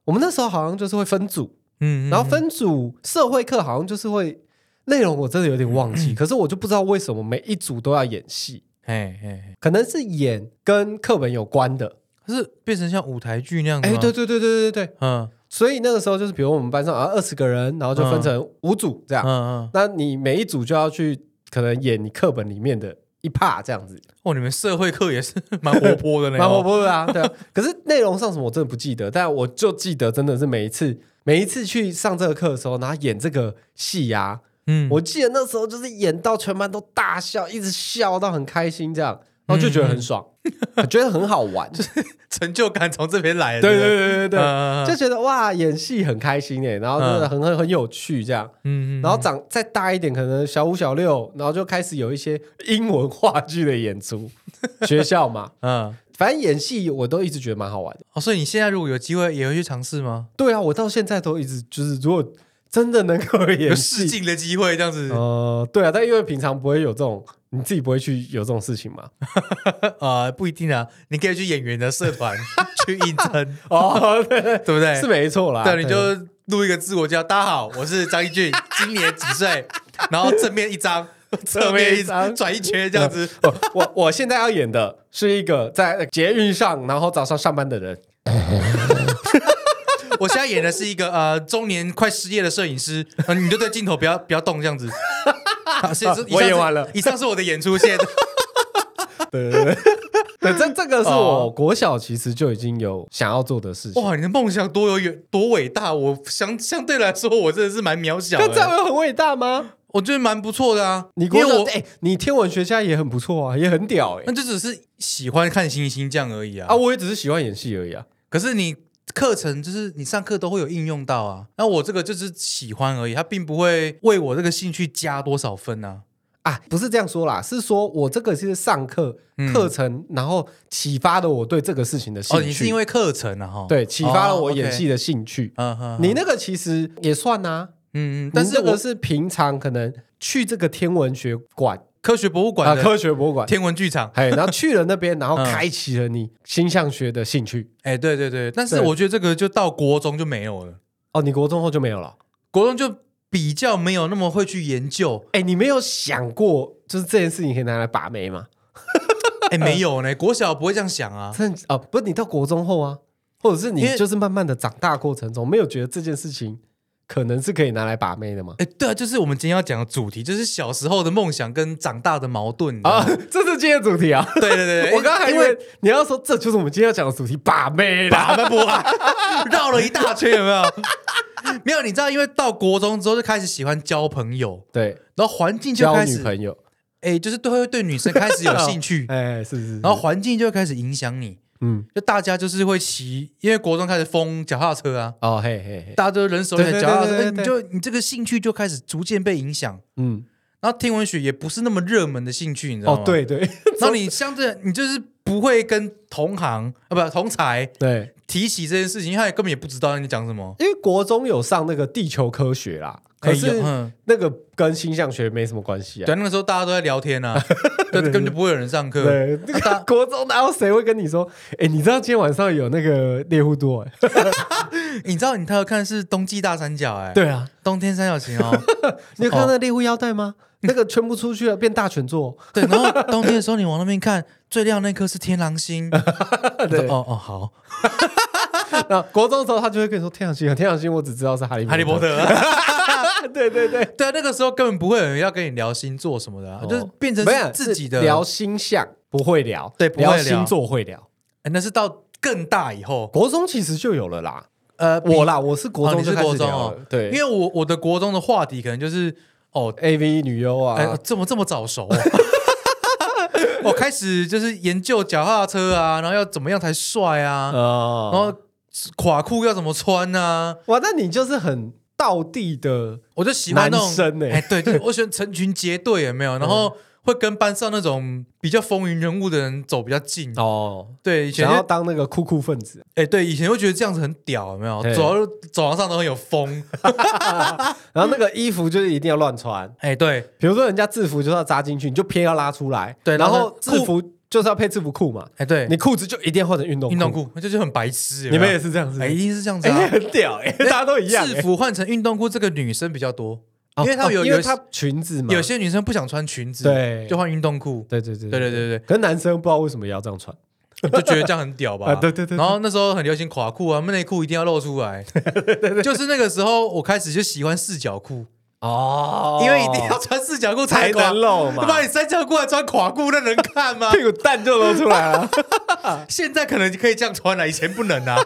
A: 我们那时候好像就是会分组，
B: 嗯
A: 然后分组社会课嗯好像就是会内容我真的有点忘记，可是我就不知道为什么每一组都要演戏，
B: 嘿嘿嘿，
A: 可能是演跟课本有关的。
B: 它是变成像舞台剧那样的
A: 哎，
B: 吗？
A: 对，对对对对对，
B: 嗯
A: 所以那个时候就是，比如我们班上啊二十个人，然后就分成五组这
B: 嗯
A: 样，
B: 嗯，
A: 那你每一组就要去可能演你课本里面的一 part 这样子，
B: 哦，你们社会课也是蛮活泼的呢，
A: 蛮活泼的啊，对啊。可是内容上什么我真的不记得，但我就记得真的是每一次每一次去上这个课的时候，然后演这个戏啊，
B: 嗯，
A: 我记得那时候就是演到全班都大笑，一直笑到很开心这样，然后就觉得很爽， 觉得很好玩，
B: 成嗯就感从这边来的，
A: 对对
B: 不
A: 对对对，
B: 嗯嗯嗯嗯
A: 就觉得哇演戏很开心哎、然后真的很很很有趣这样。
B: 嗯，嗯
A: 然后长再大一点，可能小五、小六，然后就开始有一些英文话剧的演出， 学校嘛，
B: 嗯，
A: 反正演戏我都一直觉得蛮好玩的。
B: 哦，所以你现在如果有机会也会去尝试吗？
A: 对啊，我到现在都一直就是，如果真的能够
B: 有
A: 演戏，
B: 试镜的机会这样子
A: 呃，对啊，但因为平常不会有这种，你自己不会去有这种事情 嘛。
B: 啊，不一定啊，你可以去演员的社团 去 应征，
A: 哦，对对，
B: 对不对？
A: 是啊没错啦。
B: 对，你就录一个自我介绍，大家好，我是张一俊，今年几 岁，然后正面一张，侧面一张，转一圈这样 子。
A: 哦我我现在要演的是一个在捷运上，然后早上上班的人。
B: 我现在演的是一个呃中年快失业的摄影师，呃、你就对镜头 不要不要动这样子。好是是以上是
A: 我演完了
B: 以上是我的演 出，现在
A: 对对对， 对，这这个是我
B: 哦
A: 国小其实就已经有想要做的事情。
B: 哇，你的梦想多有远多伟大，我相相对来说我真的是蛮渺小
A: 那这样
B: 的，
A: 有很伟大吗？
B: 我觉得蛮不错的啊。
A: 你
B: 因
A: 国
B: 为
A: 小
B: 我
A: 哎、你天文学家也很不错啊，也很屌哎、
B: 那就只是喜欢看星星这样而已啊。
A: 啊，我也只是喜欢演戏而已啊。
B: 可是你课程就是你上课都会有应用到啊，那我这个就是喜欢而已，它并不会为我这个兴趣加多少分啊。
A: 啊，不是这样说啦，是说我这个是上课
B: 嗯
A: 课程，然后启发了我对这个事情的兴
B: 哦，
A: 趣。
B: 你是因为课程啊，哈，
A: 对启发了我演戏
B: 的，
A: 的兴趣。
B: 嗯哼，
A: 你那个其实也算啊，
B: 嗯嗯，
A: 哦但
B: 但
A: 是
B: 是
A: 这
B: 我
A: 个是平常可能去这个天文学馆
B: 科学博物
A: 啊
B: 馆、的
A: 科学博物馆，
B: 天文剧场，
A: 哎，然后去了那边，然后
B: 嗯
A: 开启了你星象学的兴趣。
B: 哎，对对对，但是
A: 对
B: 我觉得这个就到国中就没有了，
A: 哦，你国中后就没有了。
B: 国中就比较没有那么会去研究，
A: 哎，你没有想过，就是这件事情可以拿来把妹吗？
B: 哎，没有呢，国小不会这样想啊，
A: 真的哦，不是你到国中后啊，或者是
B: 因
A: 你
B: 为
A: 就是慢慢的长大过程中，没有觉得这件事情可能是可以拿来把妹的吗？
B: 哎，对啊，就是我们今天要讲的主题，就是小时候的梦想跟长大的矛盾
A: 啊
B: 啊，，
A: 这是今天的主题啊！
B: 对对对，对
A: 我刚才以
B: 因为
A: 为你要说这就是我们今天要讲的主题，把妹啦。
B: 把脉不啊， 绕了一大圈，有没有？没有，你知道，因为到国中之后就开始喜欢交朋友，
A: 对，
B: 然后环境就
A: 交
B: 开
A: 女
B: 始，
A: 朋友，
B: 哎，就是对会对女生开始有 兴趣，
A: 哎，是是是，
B: 然后环境就会开始影响你，
A: 嗯，
B: 就大家就是会骑，因为国中开始封脚踏车啊，
A: 哦，嘿嘿嘿，
B: 大家都人手一
A: 对对
B: 台脚踏
A: 对
B: 车，
A: 对
B: 哎你
A: 对
B: 就你这个兴趣就开始逐渐被影响。
A: 嗯，
B: 然后天文学也不是那么热门的兴趣，你知道
A: 哦，。
B: 吗？
A: 对对
B: 然后你相对你就是不会跟同行啊，不同才
A: 对，
B: 提起这件事情，因为他也根本也不知道你讲什么。
A: 因为国中有上那个地球科学啦，可
B: 哎
A: 是
B: 有嗯
A: 那个跟星象学没什么关系啊。
B: 对，那个时候大家都在聊 天啊，就根本就不会有人上课。
A: 对，那
B: 啊
A: 个 国中哪有谁会跟你说？哎，你知道今天晚上有那个猎户座？哎，
B: 你知道你他有看是冬季大三角哎、，
A: 对啊，
B: 冬天三角形哦。
A: 你有看到那猎户腰带 吗？那个全部出去了，变大全座。
B: 对，然后冬天的时候你往那边看，最亮那颗是天狼 星。你说
A: 对，
B: 哦哦好，
A: 那国中的时候他就会跟你说天狼星，啊天狼星我只知道是哈利
B: 哈利波
A: 特。
B: 特。
A: 对对 对，
B: 啊
A: 哦
B: 对啊，那个时候根本不会有人要跟你聊星座什么的、啊，就是变成
A: 没有
B: 是自己的
A: 是聊。星象不会聊，
B: 对不会聊
A: 星座会聊。
B: 哎那是到更大以后，
A: 国中其实就有了啦，
B: 呃，
A: 我啦，我是国
B: 哦
A: 中
B: 你是
A: 就开始
B: 国中
A: 聊
B: 哦
A: 了，对，
B: 因为我我的国中的话题可能就是哦
A: A V 女优
B: 哎、
A: 啊，
B: 这么这么早熟、哦？ 我开始就是研究脚踏车啊，然后要怎么样才帅啊，
A: 哦，
B: 然后垮裤要怎么穿啊，
A: 哇，那你就是很道地的
B: 我就喜欢那
A: 男
B: 种
A: 生欸嗯
B: 哎、对对，我喜欢成群结队，有没有？然后会跟班上那种比较风云人物的人走比较近。
A: 哦，
B: 对，以前
A: 想
B: 就
A: 要当那个酷酷分子，
B: 哎、对，以前会觉得这样子很屌，有没有
A: 对？
B: 走到走廊上都很有风。
A: 然后那个衣服就是一定要乱穿，
B: 哎、对，
A: 比如说人家制服就是要扎进去，你就偏要拉出来，
B: 对
A: 然
B: 然
A: 后
B: 后
A: 制服就是要配制服裤嘛，
B: 哎、对，
A: 你裤子就一定要换成运动
B: 运动，裤，那就是很白痴。有
A: 你
B: 没
A: 们
B: 有
A: 也是这样子
B: 哎、，一定是这样子啊。
A: 哎，很屌哎，大家都一样，
B: 制服换成运动裤，这个女生比较多。因为他们有
A: 哦因为
B: 有
A: 他裙子嘛，
B: 有些女生不想穿裙子，
A: 对
B: 就换运动裤，
A: 对对对
B: 对对对
A: 可是男生不知道为什么要这样穿
B: 对，就觉得这样很屌吧？
A: 啊对对对对
B: 然后那时候很流行垮裤啊，内裤一定要露出来，就是那个时候我开始就喜欢四角裤，
A: 哦
B: 因为一定要穿四角裤
A: 才
B: 垮
A: 能。露 嘛，
B: 把你三角裤还穿垮裤，那能看吗？
A: 屁股蛋就露出来了。
B: 现在可能可以这样穿了，以前 不能啊。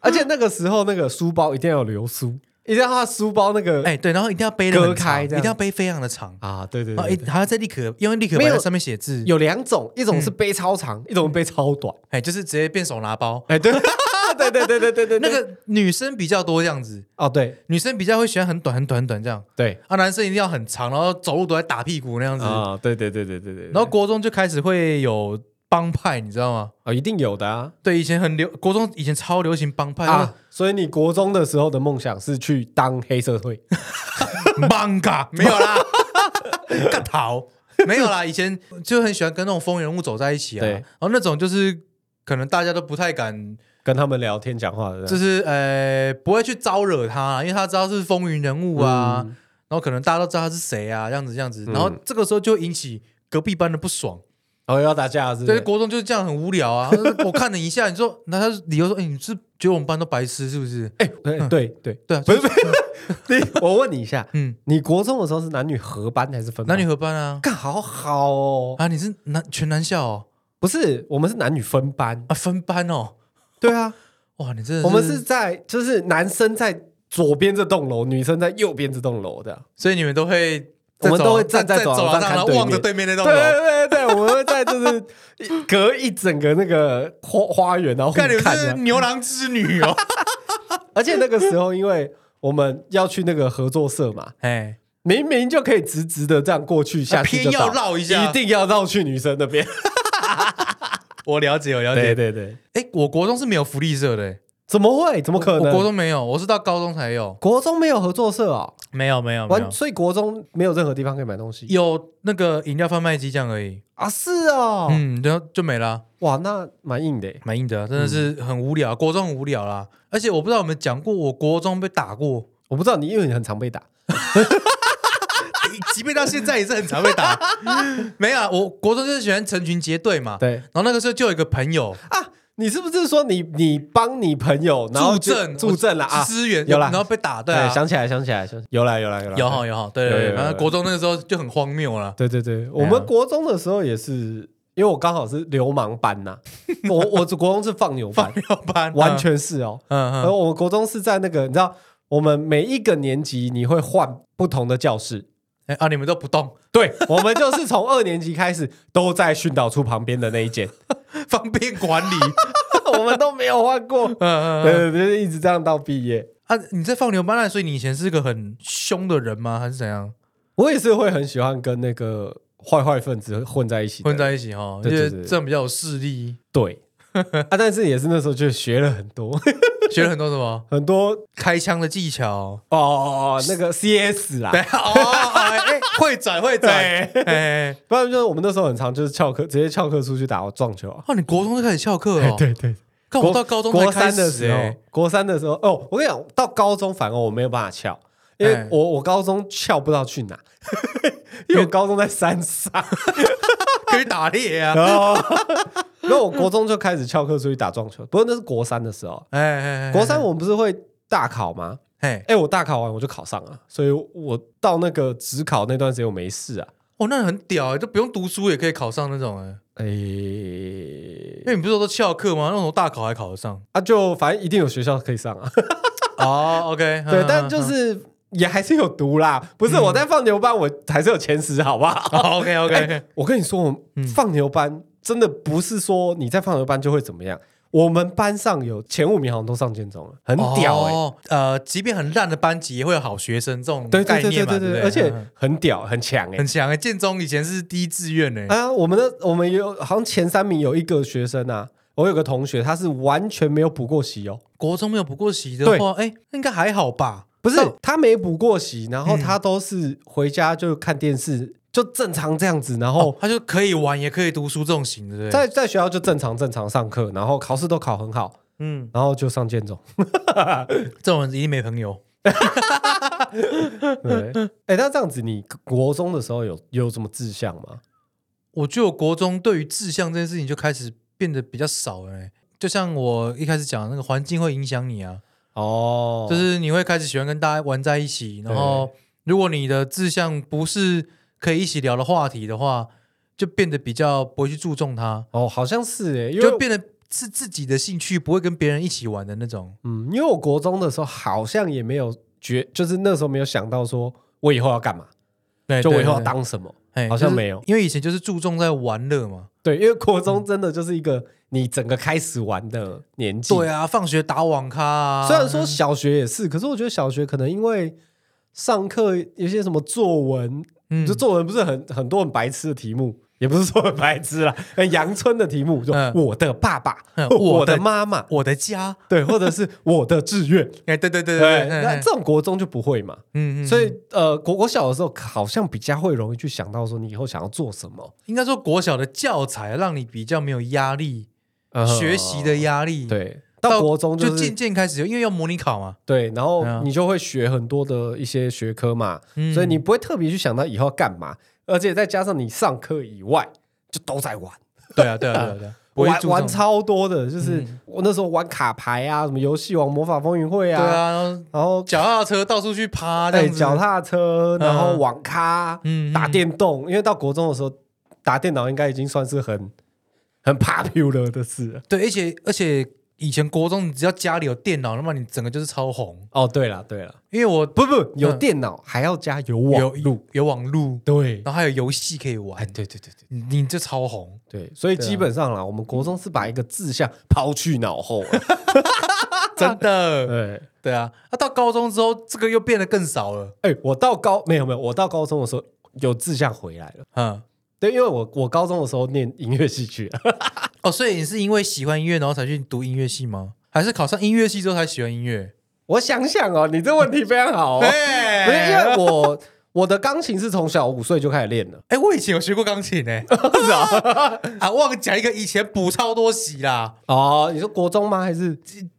A: 而且那个时候那个书包一定要有流苏，一定要他书包那个
B: 哎，对，然后一定要背得很
A: 隔
B: 长，
A: 开
B: 一
A: 这
B: 定
A: 样
B: 要背非常的长，
A: 啊，对对
B: 然后
A: 对
B: 一
A: 对，
B: 还要在立可，因为立可
A: 没
B: 板
A: 有
B: 在上面写字，
A: 有两种，一种是背超长，嗯 一种背超短。
B: 哎，就是直接变手拿包。
A: 哎，对对对对对对对，
B: 那个女生比较多这样子，
A: 哦，对
B: 女生比较会喜欢很短、很短、很短这样，
A: 对
B: 啊，男生一定要很长，然后走路都在打屁股那样子。
A: 啊，对对对对对对，
B: 然后国中就开始会有帮派，你知道吗？
A: 啊一定有的啊
B: 对，以前很流，国中以前超流行帮派，
A: 啊，所以你国中的时候的梦想是去当黑社 会，
B: 帮嘎没有啦， 干逃没有啦。以前就很喜欢跟那种风云人物走在一起啊，
A: 对
B: 然后那种就是可能大家都不太敢，
A: 跟他们聊天讲话的，
B: 就是呃不会去招惹他，因为他知道是风云人物啊，
A: 嗯
B: 然后可能大家都知道他是谁啊，这样子这样子，
A: 嗯
B: 然后这个时候就会引起隔壁班的不爽。
A: 哦要打架是不
B: 对，
A: 是？
B: 国中就是这样很无聊啊。我看了一下，你说，那他理由说，哎、你是觉得我们班都白痴是不是？
A: 哎， 对对对，
B: 对啊，
A: 不是
B: 就是
A: 你我问你一下，
B: 嗯，
A: 你国中的时候是男女合班还是分班？
B: 男女合班啊，
A: 干好好哦，
B: 啊，你是男全男校哦，
A: 不是，我们是男女分班。
B: 啊，分班哦，
A: 对啊，
B: 哇，你真的，
A: 我们是，在就是男生在左边这栋楼，女生在右边这栋楼的。
B: 所以你们都会在
A: 我
B: 走廊，啊
A: 们都会站
B: 在
A: 在走廊上
B: 然
A: 看
B: 后
A: 对
B: 望着
A: 面
B: 对面那 哦
A: 对对
B: 栋楼。
A: 对对，我们会在就是一隔一整个那个花花园，然后互
B: 看你们
A: 看啊
B: 是
A: 的。
B: 牛郎织女 哦，
A: 而且那个时候，因为我们要去那个合作社嘛，
B: 哎，
A: 明明就可以直直的这样过去，下去就
B: 啊偏要
A: 到
B: 绕一下
A: 一定要绕去女生那边。
B: 我了解，我了
A: 对
B: 解。
A: 对对，
B: 哎，我国中是没有福利社的，哎
A: 怎么会？怎么 可
B: 我
A: 能？
B: 国中没有，我是到高中才有，
A: 国中没有合作社哦，
B: 没有，没有，没有
A: 完，，所以国中没有任何地方可以买东西
B: 有那个饮料贩卖机这样而已。
A: 啊？是哦，
B: 嗯，然后就没了啊。
A: 哇，那蛮硬的欸耶。
B: 蛮硬的啊，真的是
A: 嗯
B: 很无聊，国中很无聊啦。而且我不知道我们讲过，我国中被打过，
A: 我不知道你，因为你很常被打。
B: 即便到现在也是很常被 打。没有啊，我国中就是喜欢成群结队嘛。
A: 对
B: 然后那个时候就有一个朋友
A: 啊，你是不是说你你帮你朋友然后
B: 助
A: 就
B: 阵，
A: 助阵了啊？
B: 支援
A: 有啦哎
B: 然后被打，对啊，
A: 想起来想起来，想起来有啦有啦有啦，
B: 有哈有哈，对
A: 有
B: 对
A: 啊有
B: 对。
A: 有
B: 然后
A: 有
B: 国中那个时候就很荒谬啦。
A: 对对对，啊我们国中的时候也是，因为我刚好是流氓班呐，我我国中是放牛
B: 放
A: 班，
B: 尿班
A: 完，全是哦。
B: 嗯
A: 而
B: 嗯
A: 我们国中是在那个，你知道，我们每一个年级你会换不同的教室。
B: 嗯，啊，你们都 不动，
A: 对，我们就是从二年级开始都在训导处旁边的那一 间，
B: 方便 管理。
A: 我们都没有换过。
B: 嗯嗯嗯。
A: 对对对，就是一直这样到毕业。
B: 啊，你在放牛班那，所以你以前是个很凶的人吗？还是怎样？
A: 我也是会很喜欢跟那个坏坏分子混在一起的，
B: 混在一起哈，因
A: 对对
B: 为
A: 对对
B: 这样比较有势力。
A: 对 啊，但是也是那时候就学了很多
B: 学了很多什么
A: 很多
B: 开枪的技巧。
A: 哦哦哦那个 CS 啦
B: 对，，哦，哎，会转会转，
A: 对
B: 哎，
A: 不然就是我们那时候很常就是翘课，直接翘课出去打撞球啊。
B: 哦，你国中就开始翘课哦？
A: 对对，
B: 干，看我到高中才
A: 国
B: 开
A: 三的
B: 始
A: 时候
B: 哎，，
A: 国三的时候哦，我跟你讲，到高中反而我没有办法翘，因为
B: 哎
A: 我我高中翘不知道去哪， 因为我高中在山上，
B: 可以打猎 啊，
A: 然后然后我国中就开始翘课出去打撞球，不过那是国三的时候，
B: 哎哎，哎
A: 国三，我们不是会大考吗？
B: 哎，
A: 哎、我大考完我就考上了，所以我到那个职考那段时间我没事啊。
B: 哦，那很屌哎，都不用读书也可以考上那种哎，
A: 哎、
B: 因为你不是说都翘课吗？那种大考还考 得上
A: 啊，就反正一定有学校可以上啊。
B: 哦，OK，
A: 对，但 就是也还是有读啦。不是
B: 嗯
A: 我在放牛班，我还是有前十，好不 好？哎
B: OK OK，
A: 我跟你说，我
B: 嗯
A: 们放牛班真的不是说你在放牛班就会怎么样。我们班上有前五名好像都上建中了，很屌哎、
B: 哦呃，即便很烂的班级也会有好学生这种
A: 对对
B: 概
A: 对对
B: 念嘛，
A: 对
B: 对不
A: 对，
B: 对，
A: 而且
B: 嗯
A: 很屌很强哎、
B: 很强哎，建中以前是第一志愿哎，
A: 啊，我们的我们有好像前三名有一个学生啊，我有个同学他是完全没有补过习哦，
B: 国中没有补过习的话，哎，应该还好吧？
A: 不是
B: 但
A: 他没补过习，然后
B: 嗯
A: 他都是回家就看电视，就正常这样子，然后
B: 哦，他就可以玩也可以读书这种型的，对不对
A: 在在学校就正常正常上课，然后考试都考很好，
B: 嗯，
A: 然后就上建中，
B: 这种人一定没朋友。
A: 对，哎，那这样子，你国中的时候有有什么志向吗？
B: 我觉得我国中对于志向这件事情就开始变得比较少了、欸。就像我一开始讲的，那个环境会影响你啊，
A: 哦，
B: 就是你会开始喜欢跟大家玩在一起，然后如果你的志向不是可以一起聊的话题的话，就变得比较不会去注重它，
A: 哦，好像是哎，因为
B: 就变得是自己的兴趣，不会跟别人一起玩的那种。
A: 嗯，因为我国中的时候好像也没有觉，就是那时候没有想到说我以后要干嘛，
B: 对
A: 就我以后
B: 哎对
A: 要
B: 对
A: 当什么。
B: 哎
A: 好像
B: 就是
A: 没有
B: 因为以前就是注重在玩乐嘛。
A: 对，因为国
B: 嗯
A: 中真的就是一个你整个开始玩的年纪。
B: 对啊，放学打网咖啊。
A: 虽然说小学也是，可是我觉得小学可能因为上课有些什么作文，
B: 嗯
A: 就作文不是很很多很白痴的题目，也不是说很白痴啦，很阳春的题目，就
B: 嗯
A: 我的爸爸、
B: 嗯
A: 我
B: 我的
A: 的妈妈，
B: 我的家，
A: 对，或者是我的志愿，
B: 哎，对 对对
A: 对，
B: 对，
A: 那这种国中就不会嘛。
B: 嗯嗯，
A: 所
B: 所以
A: 以，呃，国国小的时候好像比较会容易去想到说你以后想要做什么，
B: 应该说国小的教材让你比较没有压力，学习的压力。，
A: 对，到国中
B: 呃就
A: 就是
B: 渐渐开始有，因为要模拟考嘛，
A: 对，然后
B: 嗯
A: 你就会学很多的一些学科嘛，
B: 嗯
A: 所以你不会特别去想到以后要干嘛，而且再加上你上课以外就都在玩，
B: 对啊对 啊对啊对啊，不会
A: 玩
B: 注重
A: 玩超多的，就是
B: 嗯
A: 我那时候玩卡牌啊，什么游戏王、魔法风云会
B: 对
A: 啊，
B: 啊，然后
A: 然后
B: 脚踏车到处去趴这
A: 对
B: 样子，
A: 脚踏车，然后
B: 嗯
A: 网咖，
B: 嗯
A: 打电动，因为到国中的时候打电脑应该已经算是很很 popular 的事了。
B: 对，而且而且以前国中你只要家里有电脑，那么你整个就是超红，
A: 哦，对了对了，
B: 因为我
A: 不不，有
B: 嗯
A: 电脑还要加有
B: 有
A: 网路，
B: 有网路，
A: 对，
B: 然后还有游戏可以玩，
A: 对对对对
B: 你你就超红。
A: 对，所以
B: 对啊
A: 基本上啦，我们国中是把一个志向抛去脑后了，啊
B: 真 的，
A: 对。
B: 对啊，那、到高中之后，这个又变得更少了。
A: 哎、我到高没有没有，我到高中的时候有志向回来了。
B: 嗯，
A: 对，因为我我高中的时候念音乐系去，
B: 哦，所以你是因为喜欢音乐，然后才去读音乐系吗？还是考上音乐系之后才喜欢音乐？
A: 我想想哦，你这问题非常 好、哦，
B: 哎
A: 不是因为我我的钢琴是从小五岁就开始练的，
B: 哎、我以前有学过钢琴诶、
A: 是啊，
B: 啊，忘了讲一个，以前补超多习啦，
A: 哦，你说国中吗？还是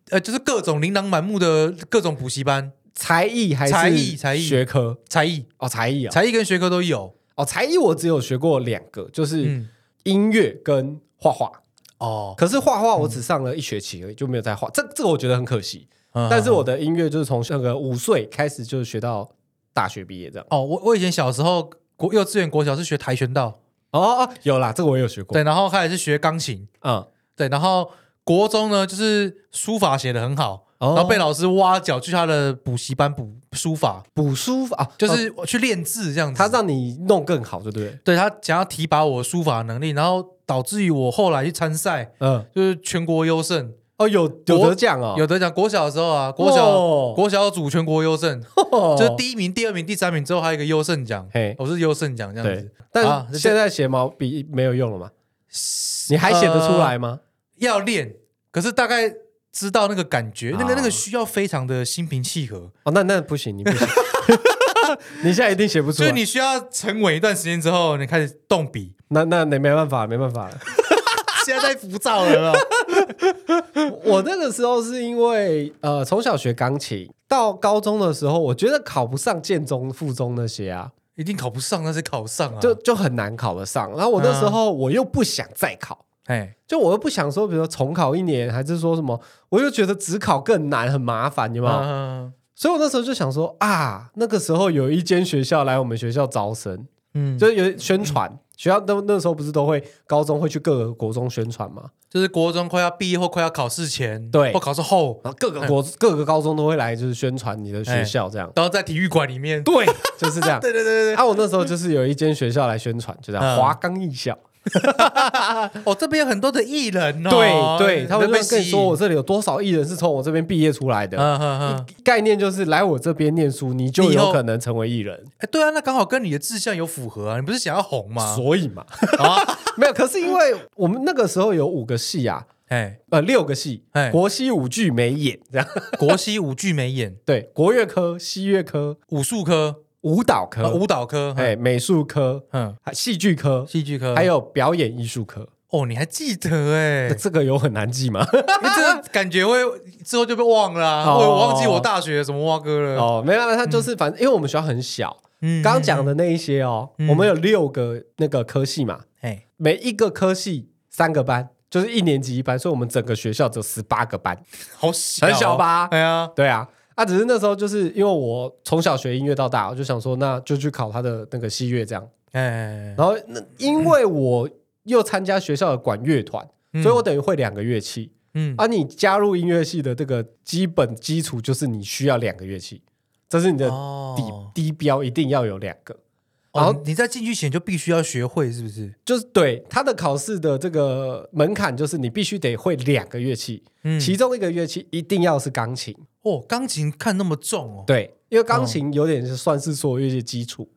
B: 呃，就是各种琳琅满目的各种补习班，
A: 才艺还是
B: 才艺才艺
A: 学科？
B: 才艺、
A: 哦，才艺啊，
B: 才艺跟学科都有。
A: 哦，才艺我只有学过两个，就是
B: 嗯，
A: 音乐跟画画。
B: 哦，
A: 可是画画我只上了一学期而已，就没有再画。这这个我觉得很可惜。
B: 嗯
A: 但是我的音乐就是从那个五岁开始就学到大学毕业这样。
B: 哦，我我以前小时候国幼稚园、国小是学跆拳道，
A: 哦，哦有啦，这个我也有学过。
B: 对，然后开始是学钢琴，
A: 嗯，
B: 对，然后国中呢，就是书法写的很好，
A: 哦
B: 然后被老师挖角去他的补习班补书法，
A: 补书法啊，
B: 就
A: 哦
B: 是我去练字这样子。
A: 他让你弄更好，对不对？
B: 对他想要提拔我书法能力，然后导致于我后来去参赛，
A: 嗯，
B: 就是全国优胜，
A: 哦，有有得奖 哦，
B: 有得奖。国小的时候啊，国小、
A: 哦
B: 国小组全国优胜，
A: 有
B: 就是第一名、第二名、第三名之后还有一个优胜奖哦
A: 嘿，
B: 我是优胜奖这样
A: 对
B: 子。，啊
A: 但是
B: 这
A: 现在写毛笔没有用了吗？你还写得出
B: 呃
A: 来吗？
B: 要练，可是大概知道那个感觉，那
A: 啊
B: 个那个需要非常的心平气和。
A: 哦，那那不行，你不行， 你现在一定写不出
B: 所以
A: 来。
B: 你需要沉稳一段时间之后，你开始动 笔。
A: 那那你没办法，没办法 了。
B: 现在太浮躁了
A: 啊
B: 啦，
A: 我那个时候是因为呃，从小学钢琴，到高中的时候，我觉得考不上建中、附中那些啊，
B: 一定考不上，但是考上啊。啊
A: 就就很难考得上。然后我那时候我又不想再考，
B: 哎，
A: 就我又不想说，比如说重考一年，还是说什么，我又觉得只考更难，很麻烦，有没有？
B: 嗯
A: 所以我那时候就想说啊，那个时候有一间学校来我们学校招生，
B: 嗯，就
A: 就是有宣传。学校都那时候不是都会高中会去各个国中宣传嘛，
B: 就是国中快要毕业或快要考试前，
A: 对
B: 或考试后，
A: 然后各个国、
B: 嗯
A: 各个高中都会来，就是宣传你的学校这样。
B: 然后在体育馆里面，
A: 对，就是这样。
B: 哎 对对对对
A: 啊，我那时候就是有一间学校来宣传，就这样，
B: 嗯
A: 华冈艺校。
B: 对，哦，这边有很多的艺人哦，
A: 对对，他们
B: 被
A: 就跟你
B: 吸引
A: 说，我，这里有多少艺人是从我这边毕业出来的。
B: 嗯嗯嗯，
A: 概念就是来我这边念书，你就
B: 你以后
A: 有可能成为艺人，
B: 哎，对啊，那刚好跟你的志向有符合啊，你不是想要红吗？
A: 所以 嘛，
B: 啊，
A: 没有。可是因为我们那个时候有五个系啊，
B: 哎，
A: 呃，六个系
B: 哎，
A: 国西舞剧没演这样，
B: 国西舞剧美演，
A: 对，国乐科、西乐科、
B: 武术科，
A: 舞蹈
B: 呃
A: 科，哎
B: 舞蹈科，
A: 哎，美术科、
B: 嗯，
A: 还戏剧科，
B: 戏剧科，
A: 还有表演艺术科。
B: 哦，你还记得哎、
A: 这个有很难记 吗？
B: 因为 这个感觉会之后就被忘了、啊，
A: 哦
B: 我我忘记我大学什么蛙哥了。
A: 哦，没办法，他就是反正因为我们学校很小，
B: 嗯
A: 刚刚讲，的那一些哦，
B: 嗯
A: 我们有六个那个科系嘛，
B: 哎，
A: 每一个科系三个班，就是一年级一班，所以我们整个学校只有十八个班。
B: 好小哦，
A: 很小吧
B: 哎呀，
A: 对啊，啊，只是那时候就是因为我从小学音乐到大，我就想说那就去考他的那个西乐这样。
B: 哎，
A: 然后那因为我又参加学校的管乐团，所以我等于会两个乐器。
B: 嗯，
A: 啊，你加入音乐系的这个基本基础就是你需要两个乐器，这是你的
B: 哦
A: 底低标，一定要有两个。
B: 然
A: 然
B: 后
A: 后
B: 你在进去前就必须要学会，是不是？
A: 就是对它的考试的这个门槛，就是你必须得会两个乐器，
B: 嗯，
A: 其中一个乐器一定要是钢琴。
B: 哦，钢琴看那么重哦，
A: 对，因为钢琴有点是算是所有乐器的基础，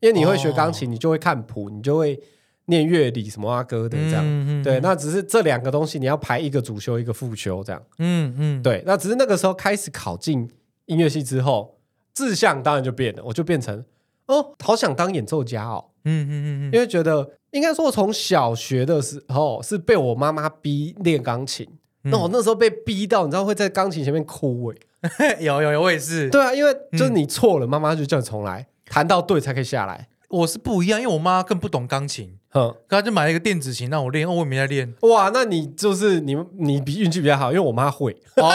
A: 因为你会学
B: 哦
A: 钢琴，你就会看谱，你就会念乐理什么啊歌的这样。
B: 嗯
A: 对，，那只是这两个东西你要排一个主修一个副修这样。
B: 嗯嗯，
A: 对，那只是那个时候开始考进音乐系之后，志向当然就变了，我就变成哦，好想当演奏家哦，
B: 嗯，嗯嗯嗯嗯，
A: 因为觉得应该说从小学的时候是被我妈妈逼练钢琴，那我那时候被逼到，你知道会在钢琴前面哭欸诶、
B: 有有有，我也是，
A: 对啊，因为就是你错了，妈妈就叫你重来，弹到对才可以下来。
B: 我是不一样，因为我妈更不懂钢琴，
A: 哼，
B: 她就买了一个电子琴让我练，哦，我也没 在练，
A: 哇，那你就是你你比运气比较好，因为我妈会，
B: 哦，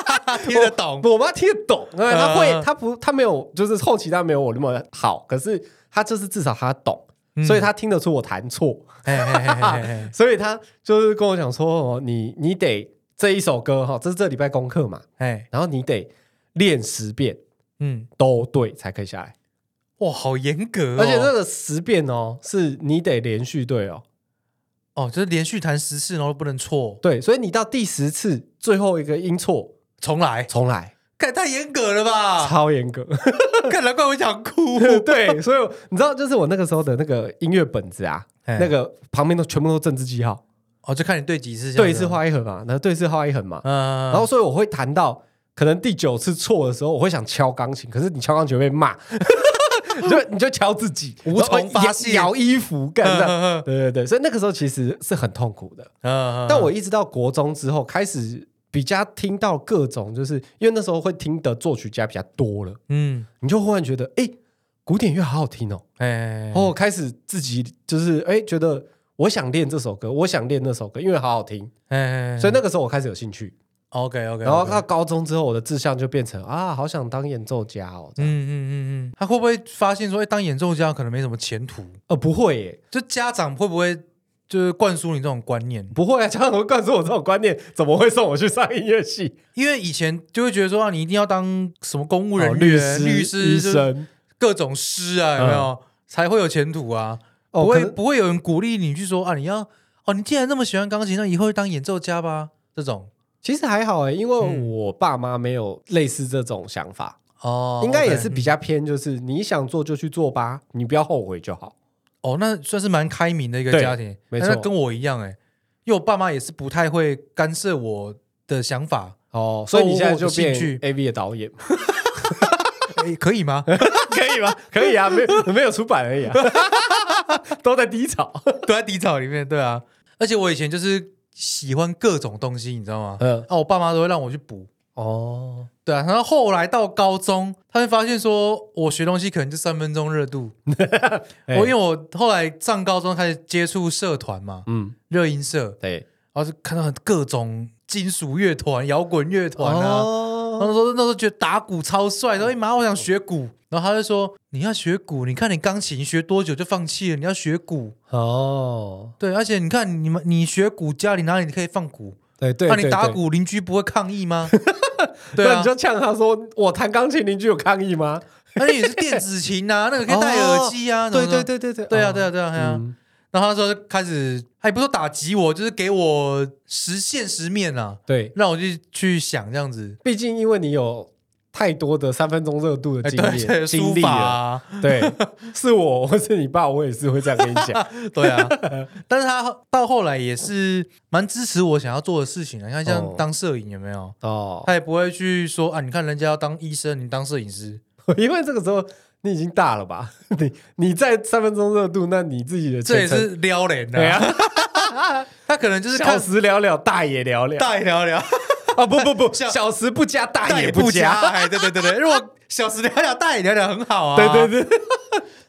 B: 听得懂，
A: 我妈听得懂，对，她
B: 哦嗯
A: 会，她不，她没有，就是后期她没有我那么好，可是她就是至少她懂，所
B: 嗯
A: 以她听得出我弹错，
B: 嘿嘿嘿嘿 嘿
A: 所以她就是跟我讲说，哦，你你得这一首歌哈，这是这礼拜功课嘛，
B: 嘿，
A: 然后你得练十遍
B: 嗯，
A: 都对才可以下来，
B: 哇，好严格哦，
A: 而且这个十遍哦，是你得连续对哦，
B: 哦，就是连续弹十次，然后不能错，
A: 对，所以你到第十次最后一个音错
B: 重来，
A: 重来，
B: 看太严格了吧，
A: 超严格。
B: 看难怪我想哭，
A: 对，所以我你知道，就是我那个时候的那个音乐本子啊，
B: 嘿
A: 那个旁边都全部都政治记号，
B: 哦，就看你对几次，
A: 对一次，画一横嘛，然后对一次画一横嘛，
B: 嗯，
A: 然后所以我会谈到可能第九次错的时候，我会想敲钢琴，可是你敲钢琴会被骂， 你 就你就敲自己，
B: 无从
A: 然后
B: 发泄
A: 咬咬衣服干
B: 嗯
A: 的。
B: 嗯
A: 对对对，所以那个时候其实是很痛苦的。
B: 嗯，
A: 但我一直到国中之后，开始比较听到各种，就是因为那时候会听的作曲家比较多了，
B: 嗯，
A: 你就忽然觉得，哎，古典乐好好听哦。
B: 哎，
A: 哦，开始自己就是哎，觉得我想练这首歌，我想练那首歌，因为好好听，
B: 哎，
A: 所以那个时候我开始有兴趣。
B: OK OK，
A: 然后到高中之后，我的志向就变成啊，好想当演奏家哦。这样
B: 嗯嗯嗯嗯，他会不会发现说，哎，当演奏家可能没什么前途？
A: 呃，不会耶，
B: 就家长会不会就是灌输你这种观念？
A: 不会啊，家长会灌输我这种观念，怎么会送我去上音乐系？
B: 因为以前就会觉得说，啊，你一定要当什么公务人
A: 哦
B: 员、
A: 律
B: 师、
A: 律
B: 师、
A: 医
B: 就是
A: 生，
B: 各种师啊，有没有、才会有前途啊？
A: 哦
B: 不
A: 可
B: 会
A: 能
B: 不会有人鼓励你去说啊，你要哦，你既然那么喜欢钢琴，那以后就当演奏家吧？这种
A: 其实还好哎，因为
B: 嗯
A: 我爸妈没有类似这种想法，
B: 哦，
A: 应该也
B: OK
A: 是比较偏，就是你想做就去做吧，你不要后悔就好。
B: 哦，那算是蛮开明的一个
A: 对
B: 家庭，
A: 没
B: 但那
A: 错
B: 跟我一样哎、因为我爸妈也是不太会干涉我的想法，
A: 哦，所以你现在
B: 我
A: 就
B: 有兴
A: 变
B: 趣
A: A V 的导演，
B: 哎可以吗？
A: 可以吗？可以啊，没有没有出版而已啊，都在低潮。
B: 都在低潮里面，对啊。而且我以前就是喜欢各种东西，你知道吗？
A: 嗯，
B: 啊，我爸妈都会让我去补，
A: 哦，
B: 对啊。然后后来到高中，他们发现说我学东西可能就三分钟热度。我因为
A: 有，
B: 我后来上高中开始接触社团嘛，
A: 嗯，
B: 热音社，
A: 对，
B: 然后就看到很各种金属乐团、摇滚乐团啊。然
A: 哦，
B: 后那时候那时候觉得打鼓超帅，然后哎妈，我想学鼓。然后他就说你要学鼓，你看你钢琴学多久就放弃了，你要学鼓。
A: 哦，
B: 对，而且你看你们你学鼓，家里哪里可以放鼓？
A: 对对，
B: 那你
A: 对
B: 打，
A: 对
B: 鼓，邻居不会抗 议吗？对
A: 那
B: 啊
A: 你，就呛他说：“我弹钢琴，邻居有抗议吗
B: 而且也是电子 琴啊，那个可以戴耳机？”啊，
A: 哦对
B: 什么
A: 对
B: 的
A: 对对对，
B: 对啊，
A: 哦
B: 对啊，对啊，对啊。
A: 嗯
B: 然后他说开始，他也不是说打击我，就是给我实现实面啊，
A: 对，
B: 让我去去想这样子。
A: 毕竟因为你有太多的三分钟热度的
B: 哎，
A: 经
B: 对，对
A: 验
B: 书
A: 经历
B: 法
A: 了，
B: 啊，
A: 对， 是我或是你爸，我也是会这样跟你 讲。
B: 对啊。但是他到后来也是蛮支持我想要做的事情啊，你看像
A: 哦
B: 当摄影有没有？
A: 哦，
B: 他也不会去说啊，你看人家要当医生，你当摄 影师，
A: 因为这个时候你已经大 了吧？你你在三分钟热度，那你自己的
B: 这也
A: 前程
B: 是撩人的、
A: 对啊，
B: 他可 能就是
A: 小
B: 看
A: 时了了，大也了了
B: 大爷聊聊，
A: 啊！不不不，
B: 小
A: 小时不加， 大
B: 大
A: 也
B: 爷
A: 不
B: 不加，
A: 加。
B: 哎，对对对对，如果小时聊聊，大爷聊聊很好 啊，
A: 对对对，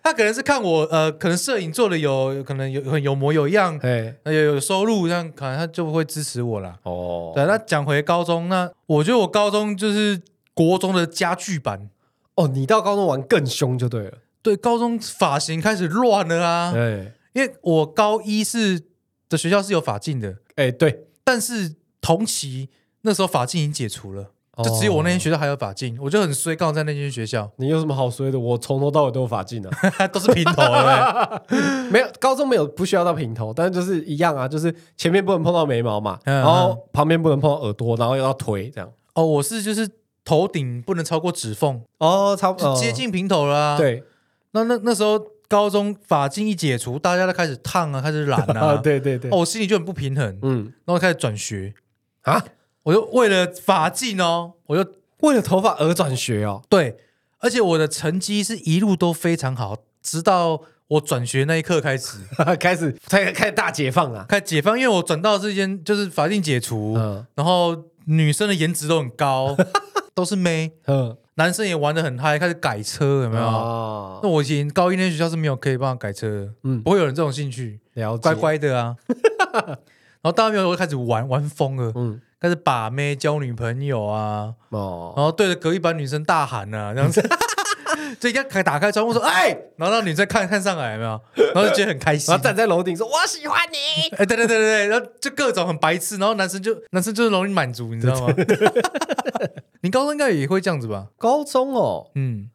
B: 他可能是看我呃，可能摄影做的有，有可能有有有模有样，
A: 哎，
B: 有有收入，这样可能他就会支持我啦。
A: 哦，
B: 对，那讲回高中，那我觉得我高中就是国中的加剧版，
A: 哦，你到高中玩更凶就对了。
B: 对，高中发型开始乱了啊，
A: 哎
B: 因为我高一是的学校是有法禁的，
A: 哎，对，
B: 但是同期那时候法禁已经解除了，
A: 哦
B: 就只有我那间学校还有法禁，我就很衰，刚好在那间学校
A: 你有什么好说的？我从头到尾都有发髻呢。
B: 都是平头的，
A: 没有，高中没有不需要到平头，但是就是一样啊，就是前面不能碰到眉毛嘛，
B: 嗯
A: 然后旁边不能碰到耳朵，然后又要腿这样。
B: 哦，我是就是头顶不能超过指缝，
A: 哦，差不
B: 就接、近平头了、啊。，
A: 对
B: 那那那时候高中法禁一解除，大家都开始烫啊，开始染啊，
A: 啊， 对对对，
B: 哦，我心里就很不平衡，
A: 嗯
B: 然后开始转学，
A: 啊，
B: 我就为了法禁哦，我就
A: 为了头发而转学哦，
B: 对，而且我的成绩是一路都非常好，直到我转学那一刻 开始。
A: 开始开开始大解放啊，
B: 开始解放，因为我转到这间就是法定解除，
A: 嗯
B: 然后女生的颜值都很高， 都是妹，
A: 嗯，
B: 男生也玩的很嗨，开始改车有没有？
A: 哦
B: 那，我以前高一那学校是没有可以帮我改车的，
A: 嗯
B: 不会有人这种兴趣，
A: 了解，
B: 乖，乖 的啊。然后大学我就开始玩玩疯了，
A: 嗯，
B: 开始把妹交女朋友啊，
A: 哦，
B: 然后对着隔壁班女生大喊啊，这样子。就一定要开打开窗户说哎，然后让女生看看上来有没 有，然后就觉得很开心
A: 然后。站在楼顶说我喜 欢你，
B: 哎、对对对对对，然后就各种很白痴，然后男生就男生就是容易满足，你 知道吗？你高中应该也会这样子吧？
A: 高中哦，
B: 嗯，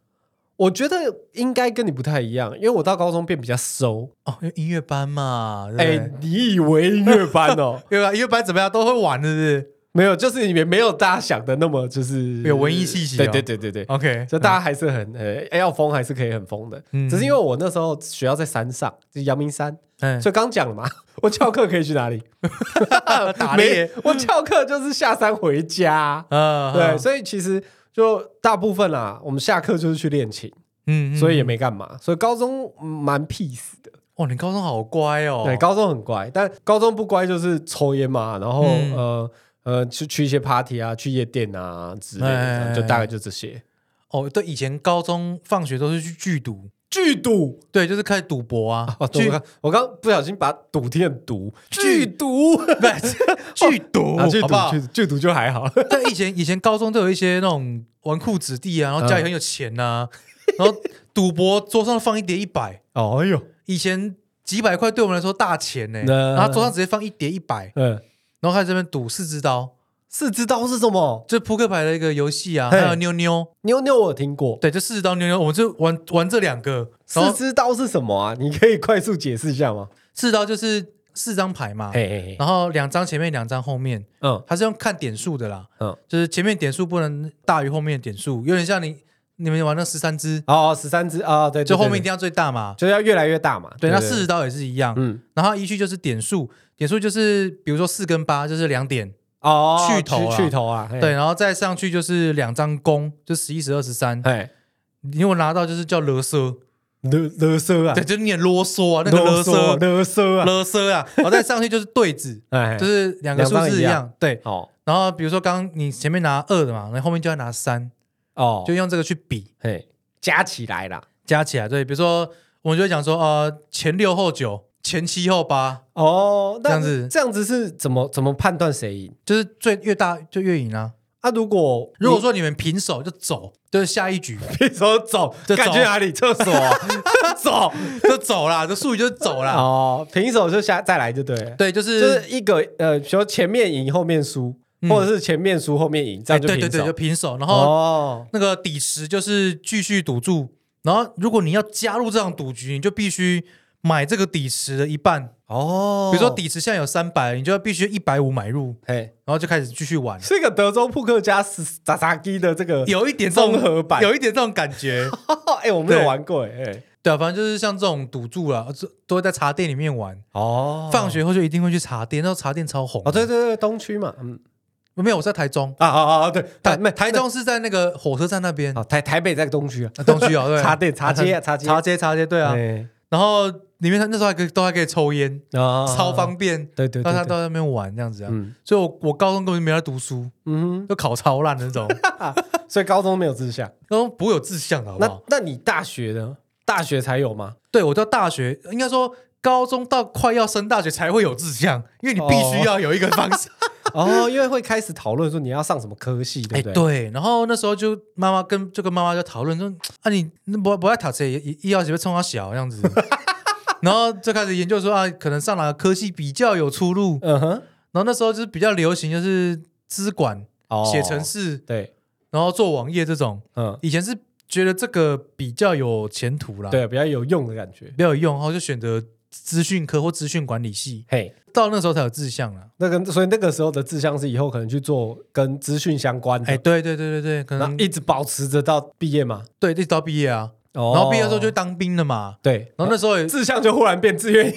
A: 我觉得应该跟你不太一样，因为我到高中变比较收，
B: 哦，因为音乐班嘛，对不
A: 哎
B: 对？，
A: 你以为音乐班 哦？
B: 音乐班音乐班怎么样都会玩，是不是
A: 没有，就是也没有大家想的那么就是
B: 有文艺气息哦
A: 对对对对对，
B: ？OK，
A: 就大家还是很呃要疯还是可以很疯的，
B: 嗯
A: 只是因为我那时候学校在山上，就阳明山，
B: 嗯
A: 所以刚讲了嘛， 我翘课可以去哪里？
B: 打
A: 没
B: 猎，
A: 我翘课就是下山回家。
B: 啊
A: 对，
B: 啊
A: 所以其实就大部分啦，我们下课就是去练琴，
B: 嗯嗯
A: 所以也没干嘛。所以高中嗯蛮 peace 的，
B: 哇，你高中好乖哦，
A: 对，高中很乖，但高中不乖就是抽烟嘛，然后
B: 嗯
A: 呃呃去去一些 party 啊，去夜店啊之类的这
B: 哎
A: 样，就大概就这些。
B: 哦，对，以前高中放学都是去剧赌，
A: 剧毒
B: 对，就是开始赌博啊，
A: 啊！对
B: 剧
A: 我刚我刚不小心把赌听成毒，剧
B: 剧
A: 毒
B: 不是剧 赌，
A: 啊，剧
B: 好不好
A: 毒？剧剧毒就 还好。
B: 对，以前以前高中都有一些那种纨绔子弟啊，然
A: 嗯
B: 后家里很有钱呐、然后赌博桌上放一叠一百，
A: 哦哎呦，
B: 以前几百块对我们来说大钱呢、
A: 嗯
B: 然后桌上直接放一叠一百，
A: 嗯，
B: 然后开始这边赌四只刀，
A: 四只刀是什么？
B: 就扑克牌的一个游戏啊，
A: 嘿
B: 还有妞妞，
A: 妞妞我有听过，
B: 对，就四只刀妞妞，我们就玩玩这两个，然
A: 四
B: 后
A: 只刀是什么啊？你可以快速解释一下吗？
B: 四只刀就是四张牌嘛，
A: 嘿嘿嘿，
B: 然后两张前面，两张后面，
A: 嗯
B: 它是用看点数的啦，
A: 嗯，
B: 就是前面点数不能大于后面的点数，有点像你你们玩那十三只，
A: 哦，十三只啊，对，对
B: 就后
A: 对
B: 面一
A: 对
B: 定要最大嘛，
A: 就是要越来越大嘛。
B: 对，那四十，刀也是一样。
A: 嗯，
B: 然后依序就是点数，点数就是比如说四跟八就是两点，
A: 哦，
B: 去头啊
A: 去头啊，嘿
B: 对，，然后再上去就是两张弓，就十一、十二、十三。
A: 哎，
B: 你如果拿到就是叫勒瑟，
A: 勒勒瑟啊，
B: 对，就是念啰嗦啊，那个勒瑟，
A: 勒瑟啊，
B: 勒瑟啊。然后再上去就是对子，
A: 哎，
B: 就，是两个数
A: 两张
B: 字
A: 一
B: 一
A: 样
B: 样，对。
A: 哦
B: 然后比如说刚刚你前面拿二的嘛，那后面就要拿三，
A: 哦，
B: 就用这个去比
A: 嘿，加起来啦。
B: 加起来。对，比如说我们就会讲说，呃，前六后九，前七后八，
A: 哦，那
B: 这样子
A: 这样子是怎么怎么判断谁赢？
B: 就是最越大就越赢啊。
A: 啊，如果
B: 如果说你们平手就走，就是下一局
A: 你说走，
B: 就
A: 干
B: 走
A: 去哪里？厕所走
B: 就 走啦，这术语就走 啦。
A: 哦，平手就下再来就对了，
B: 对，就是哎
A: 就是一个呃，比如前面赢后面输，
B: 嗯
A: 或者是前面输后面赢，这
B: 哎
A: 样就
B: 对
A: 平
B: 对对，就
A: 手。
B: 平手。然后
A: 哦，
B: 那个底池就是继续赌注，然后如果你要加入这场赌局，你就必须买这个底池的一半。
A: 哦
B: 比如说，底池现在有三百，你就要必须一百五买入，
A: 嘿，
B: 然后就开始继 续玩。
A: 是一个德州扑克加扎扎基的这个，
B: 有一点这种
A: 综合版
B: 有一点这种感觉。
A: 哎，我没有
B: 对
A: 玩过，哎，
B: 对啊，反正就是像这种赌注啦，都都会在茶店里面玩。
A: 哦
B: 放学后就一定会去茶店，那时候茶店超红。
A: 哦，对，对对，东区嘛，嗯，
B: 没有，我在台中。
A: 啊啊啊，对，
B: 台
A: 台没
B: 台中是在那个火车站那边，
A: 哦台台北在东区啊，
B: 啊东区哦，对，
A: 茶店茶街啊茶街
B: 茶街，茶街，对啊。嗯
A: 哎
B: 然后里面他那时候还可以都还可以抽烟，
A: 啊
B: 超方便，
A: 对对对
B: 让他
A: 对，
B: 到那边玩这样子啊。
A: 嗯
B: 所以我我高中根本就没在读书，
A: 嗯
B: 就考超烂的那 种，
A: 哼， 所以高中没有志向，
B: 高中不会有志向的好不
A: 那
B: 好？
A: 那你大学呢？大学才有吗？
B: 对我到大学，应该说高中到快要升大学才会有志向，因为你必须要有一个方向。
A: 哦，因为会开始讨论说你要上什么科系，对
B: 哎，
A: 不对？
B: 对，然后那时候就妈妈跟就跟妈妈就讨论说，啊你那不不爱读册，医医药学被冲到小这样子， 然后就开始研究说啊，可能上哪个科系比较有出路。
A: 嗯哼，
B: 然后那时候就是比较流行就是资管、
A: 哦
B: 写程式，
A: 对，
B: 然后做网页这种，
A: 嗯，
B: 以前是觉得这个比较有前途啦，，
A: 对，比较有用的感觉
B: 比。较有用，然后就选择资讯科或资讯管理系，
A: 嘿，
B: 到那时候才有志向啦。
A: 那个，所以那个时候的志向是以后可能去做跟资讯相关的，
B: 哎，嗯对对对对对，可
A: 然
B: 能
A: 后嗯一直保持着到毕业嘛。
B: 对一直到毕业啊，
A: 哦
B: 然后毕业之后就当兵了嘛，
A: 对，
B: 然后那时候也
A: 志向就忽然变志愿役。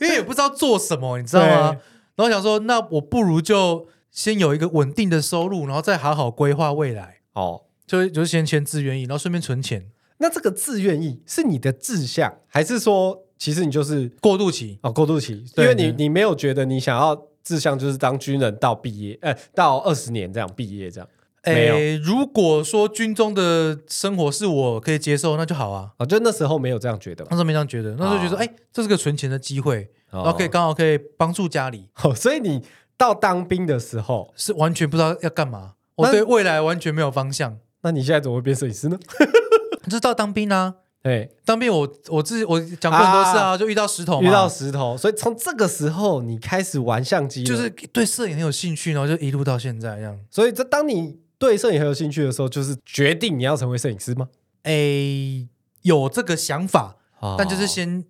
B: 因为也不知道做什么，你知道吗
A: 对？
B: 然后想说，那我不如就先有一个稳定的收入，然后再好好规划未来，
A: 哦，
B: 就就先签志愿役，然后顺便存钱。
A: 那这个志愿役是你的志向，还是说其实你就是
B: 过渡期，
A: 哦过渡期？因
B: 对
A: 为你
B: 对
A: 你没有觉得你想要志向就是当军人到毕业，呃，到二十年这样毕业这样。没有
B: 诶，如果说军中的生活是我可以接受，那就好啊。
A: 哦，就那时候没有这样觉得嘛
B: 那。时候没这样觉得，那时候觉得，
A: 哦
B: 哎、这是个存钱的机会，
A: 哦
B: 然后可以刚好可以帮助家里，
A: 哦，所以你到当兵的时候，
B: 是完全不知道要干嘛，我
A: 那
B: 对未来完全没有方向。
A: 那你现在怎么会变摄影师呢？
B: 知道当兵啊，
A: 哎，
B: 当兵我我自己我讲过很多次啊，就遇到石头嘛，
A: 遇到石头，所以从这个时候你开始玩相机了，
B: 就是对摄影很有兴趣，然后就一路到现在这样。
A: 所以这当你对摄影很有兴趣的时候，就是决定你要成为摄影师吗？
B: 诶，有这个想法，
A: 哦
B: 但就是先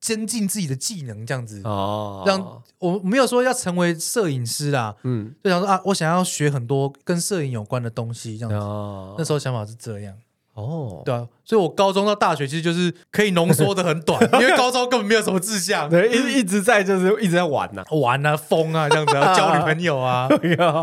B: 增进自己的技能，这样子，
A: 哦，
B: 让我没有说要成为摄影师啦，
A: 嗯
B: 就想说啊，我想要学很多跟摄影有关的东西，这样子。
A: 哦
B: 那时候想法是这样，
A: 哦
B: 对啊，所以我高中到大学其实就是可以浓缩的很 短，因为高中根本没有什么志向，
A: 对，一一直在就是一直在玩呐、
B: 玩啊、疯啊这样子啊，交女朋友啊，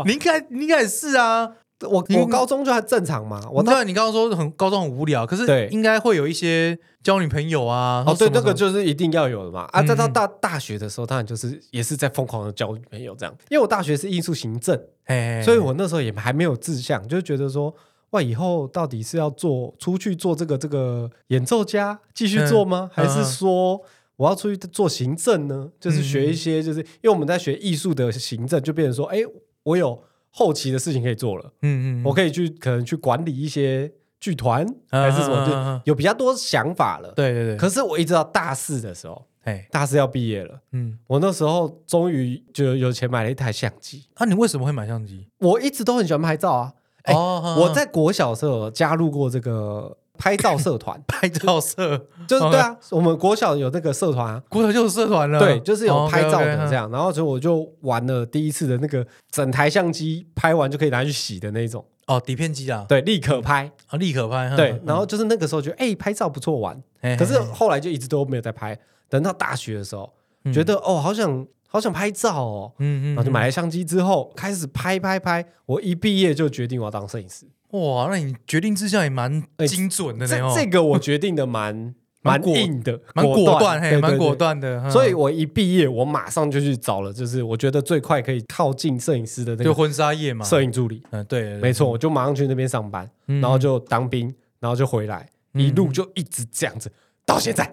B: 你应该你应该也是啊，
A: 我
B: 你
A: 我高中就还正常嘛，我
B: 我知
A: 到
B: 道你刚刚说很高中很无聊，可
A: 对
B: 是应该会有一些交女朋友啊。
A: 哦对，
B: 什么
A: 那
B: 什么
A: 个就是一定要有的嘛啊！
B: 嗯
A: 再到大大学的时候，当然就是也是在疯狂的交女朋友这样，因为我大学是艺术行政，
B: 嘿，
A: 所以我那时候也还没有志向，就觉得说，哇，以后到底是要做出去做这个这个演奏家继续做吗？
B: 嗯
A: 还
B: 嗯
A: 是说我要出去做行政呢？就是学一些，就是、因为我们在学艺术的行政，就变成说，哎，我有后期的事情可以做了，
B: 嗯嗯，
A: 我可以去可能去管理一些剧团还是什么，
B: 嗯嗯嗯嗯
A: 就有比较多想法了。
B: 对对对，
A: 可是我一直到大四的时候，
B: 哎
A: 大四要毕业了，
B: 嗯，
A: 我那时候终于就有钱买了一台相机。
B: 啊，你为什么会买相机？
A: 我一直都很喜欢拍照啊，哎
B: 哦，
A: 我在国小的时候有加入过这个拍照社团
B: 拍照 社，
A: 就是对啊，我们国小有那个社团啊，
B: 国小就有社团了，哦嗯
A: 对，就是有拍照的这
B: 样。
A: 样。然后所以我就玩了第一次的那个整台相机拍完就可以拿去洗的那种，
B: 哦，底片机啊，
A: 对，立可拍，
B: 啊，立可拍，
A: 对。然后就是那个时候觉得哎拍照不错玩，可
B: 可
A: 是后来就一直都没有在拍。等到大学的时候，觉得哦好想好想拍照哦。
B: 嗯嗯嗯，
A: 然后就买了相机之后，开始拍拍拍。我一毕业就决定我要当摄影师，
B: 哇，那你决定志向也蛮精准的呢
A: 这
B: 哦，
A: 这个我决定的蛮
B: 蛮
A: 蛮
B: 果
A: 硬的，
B: 蛮果断，嘿，
A: 对
B: 蛮果。
A: 对对
B: 断嗯的，
A: 所以我一毕业，我马上就去找了，就是我觉得最快可以靠近摄影师的那
B: 就
A: 个
B: 婚纱业嘛，
A: 摄影助理。
B: 嗯，对，
A: 没错，我就马上去那边上班，
B: 嗯
A: 然后就当兵，然后就回来，一路就一直这样子到现在，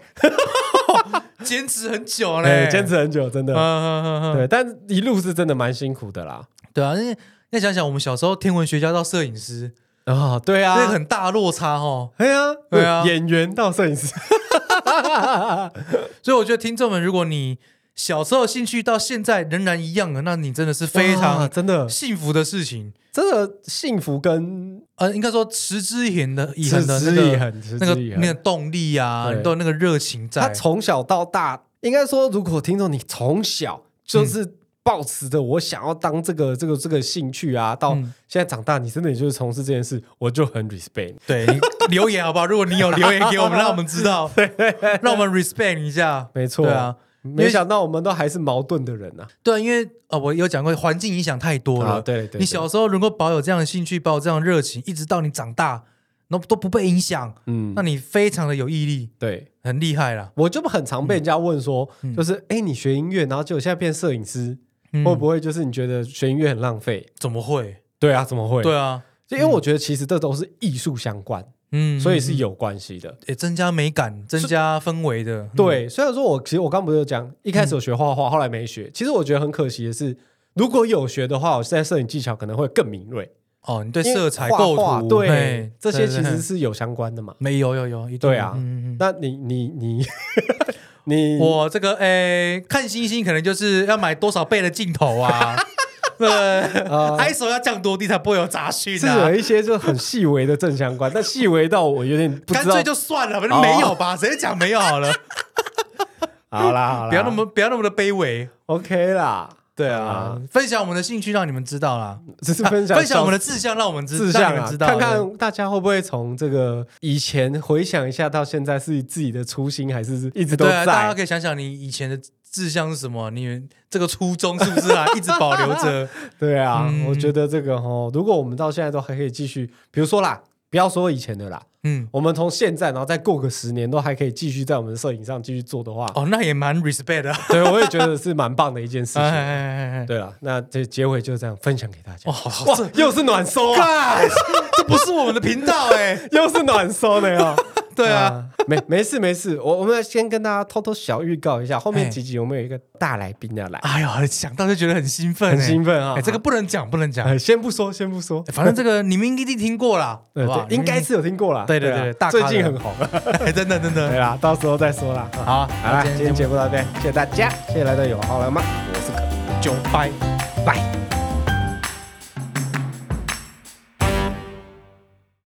B: 坚持很久嘞
A: 哎，，坚，持很久，真的。
B: 嗯嗯嗯，
A: 对，但一路是真的蛮辛苦的啦。
B: 对啊，那那想想我们小时候天文学家到摄影师，
A: 啊，对啊，
B: 这个很大落差哦。
A: 对啊，
B: 对啊
A: 演员到摄影师，
B: 所以我觉得听众们，如果你小时候兴趣到现在仍然一样的，那你真的是非
A: 哇
B: 常
A: 啊真的，
B: 幸福的事情。
A: 真的幸福跟
B: 呃，应该说持之以恒的、以恒的
A: 持
B: 那
A: 之以
B: 个、
A: 恒，持
B: 那个、
A: 之以恒
B: 那个动力啊，
A: 对
B: 你都有那个热情
A: 他
B: 在。
A: 从小到大，应该说，如果听众你从小就是抱持着我想要当这个这个这个兴趣啊，到
B: 嗯
A: 现在长大，你真的也就是从事这件事，我就很 respect 你。
B: 对， 你留言好不好？如果你有留言给我们，让我们知道，让我们 respect 一下。
A: 没错，
B: 对啊，，
A: 没想到我们都还是矛盾的人啊。
B: 对啊，因为呃，我有讲过，环境影响太多了。
A: 啊对对对
B: 你小时候能够保有这样的兴趣，保有这样的热情，一直到你长大，那都不被影响，
A: 嗯
B: 那，你非常的有毅力，
A: 对，
B: 很厉害啦。
A: 我就很常被人家问说，
B: 嗯
A: 就是哎、诶你学音乐，然后结果现在变摄影师，
B: 嗯
A: 会不会就是你觉得学音乐很浪费？
B: 怎么会？
A: 对啊，怎么哦会？
B: 对啊，
A: 就因为我觉得其实这都是艺术相关，
B: 嗯，
A: 所以是
B: 嗯
A: 有关系的。
B: 也增加美感、增加氛围的。嗯，
A: 对，虽然说我其实我刚不是有讲，一开始有学画画，后来没学。其实我觉得很可惜的是，如果有学的话，我在摄影技巧可能会更敏锐。
B: 哦，你对
A: 因为
B: 色彩、
A: 画
B: 构
A: 画
B: 图，
A: 对
B: 嘿
A: 这些其
B: 对
A: 实
B: 对对
A: 是有相关的嘛。
B: 没有有有，一定
A: 对啊
B: 嗯嗯
A: 那你你你 你
B: 嗯，我这个诶，看星星可能就是要买多少倍的镜 头啊，对
A: 呃
B: ，ISO 要降多低才不会有杂讯
A: 是
B: 啊
A: 有。一些就很细微的正相关，但细微到我有点不
B: 干
A: 知道哦
B: 脆。就算了，反正没有吧，谁讲没 有好了，
A: 好啦，好啦
B: 不要那么不要那么的卑微。
A: OK 啦。
B: 对啊，分享我们的兴趣，让你们知道 啦。啊
A: 只是分享
B: 分享我们
A: 的
B: 的志向，让我们知
A: 志
B: 让
A: 向
B: 你们
A: 啊
B: 知，道
A: 看看大家会不会从这个以前回想一下，到现在是自己的初心，还是一直都
B: 对啊，大家
A: 在？
B: 可以想想你以前的志向是什么，你这个初衷是不是 啊？一直保留着。
A: 对啊
B: 嗯，
A: 我觉得这个哦，如果我们到现在都还可以继续，比如说啦，不要说以前的啦，
B: 嗯，
A: 我们从现在，然后再过个十年，都还可以继续在我们的摄影上继续做的话，
B: 哦，那也蛮 respect 的。
A: 对我也觉得是蛮棒的一件事
B: 哎哎
A: 情。
B: 哎哎
A: 对了，那这结尾就这样分享给大家。
B: 哇
A: 哇，
B: 好好这
A: 又是暖收啊，
B: 干，这不是我们的频道哎。
A: 又是暖收的哟。
B: 对啊，
A: 啊， 没没事没事，我我们先跟大家偷偷小预告一下，后面
B: 哎
A: 几集我们有一个大来宾 要来，
B: 哎呦，想到就觉得很兴奋，
A: 啊很兴。奋啊
B: 哎，。这个不能讲，不能讲。
A: 呃先不说，先不说，
B: 反正这个你们一定听过啦，
A: 呃
B: 好不好？
A: 对应该是有听过啦。
B: 对对
A: 啊
B: 对大咖
A: 最
B: 的
A: 近很红。
B: 哎，真的真
A: 对
B: 的。
A: 啦，到时候再说啦。啊
B: 好，
A: 好啦，今
B: 今天
A: 天
B: 节
A: 节
B: 目
A: 目到这边，谢谢大家，谢谢来到有话好了吗？我是可，
B: 九拜。
A: 拜。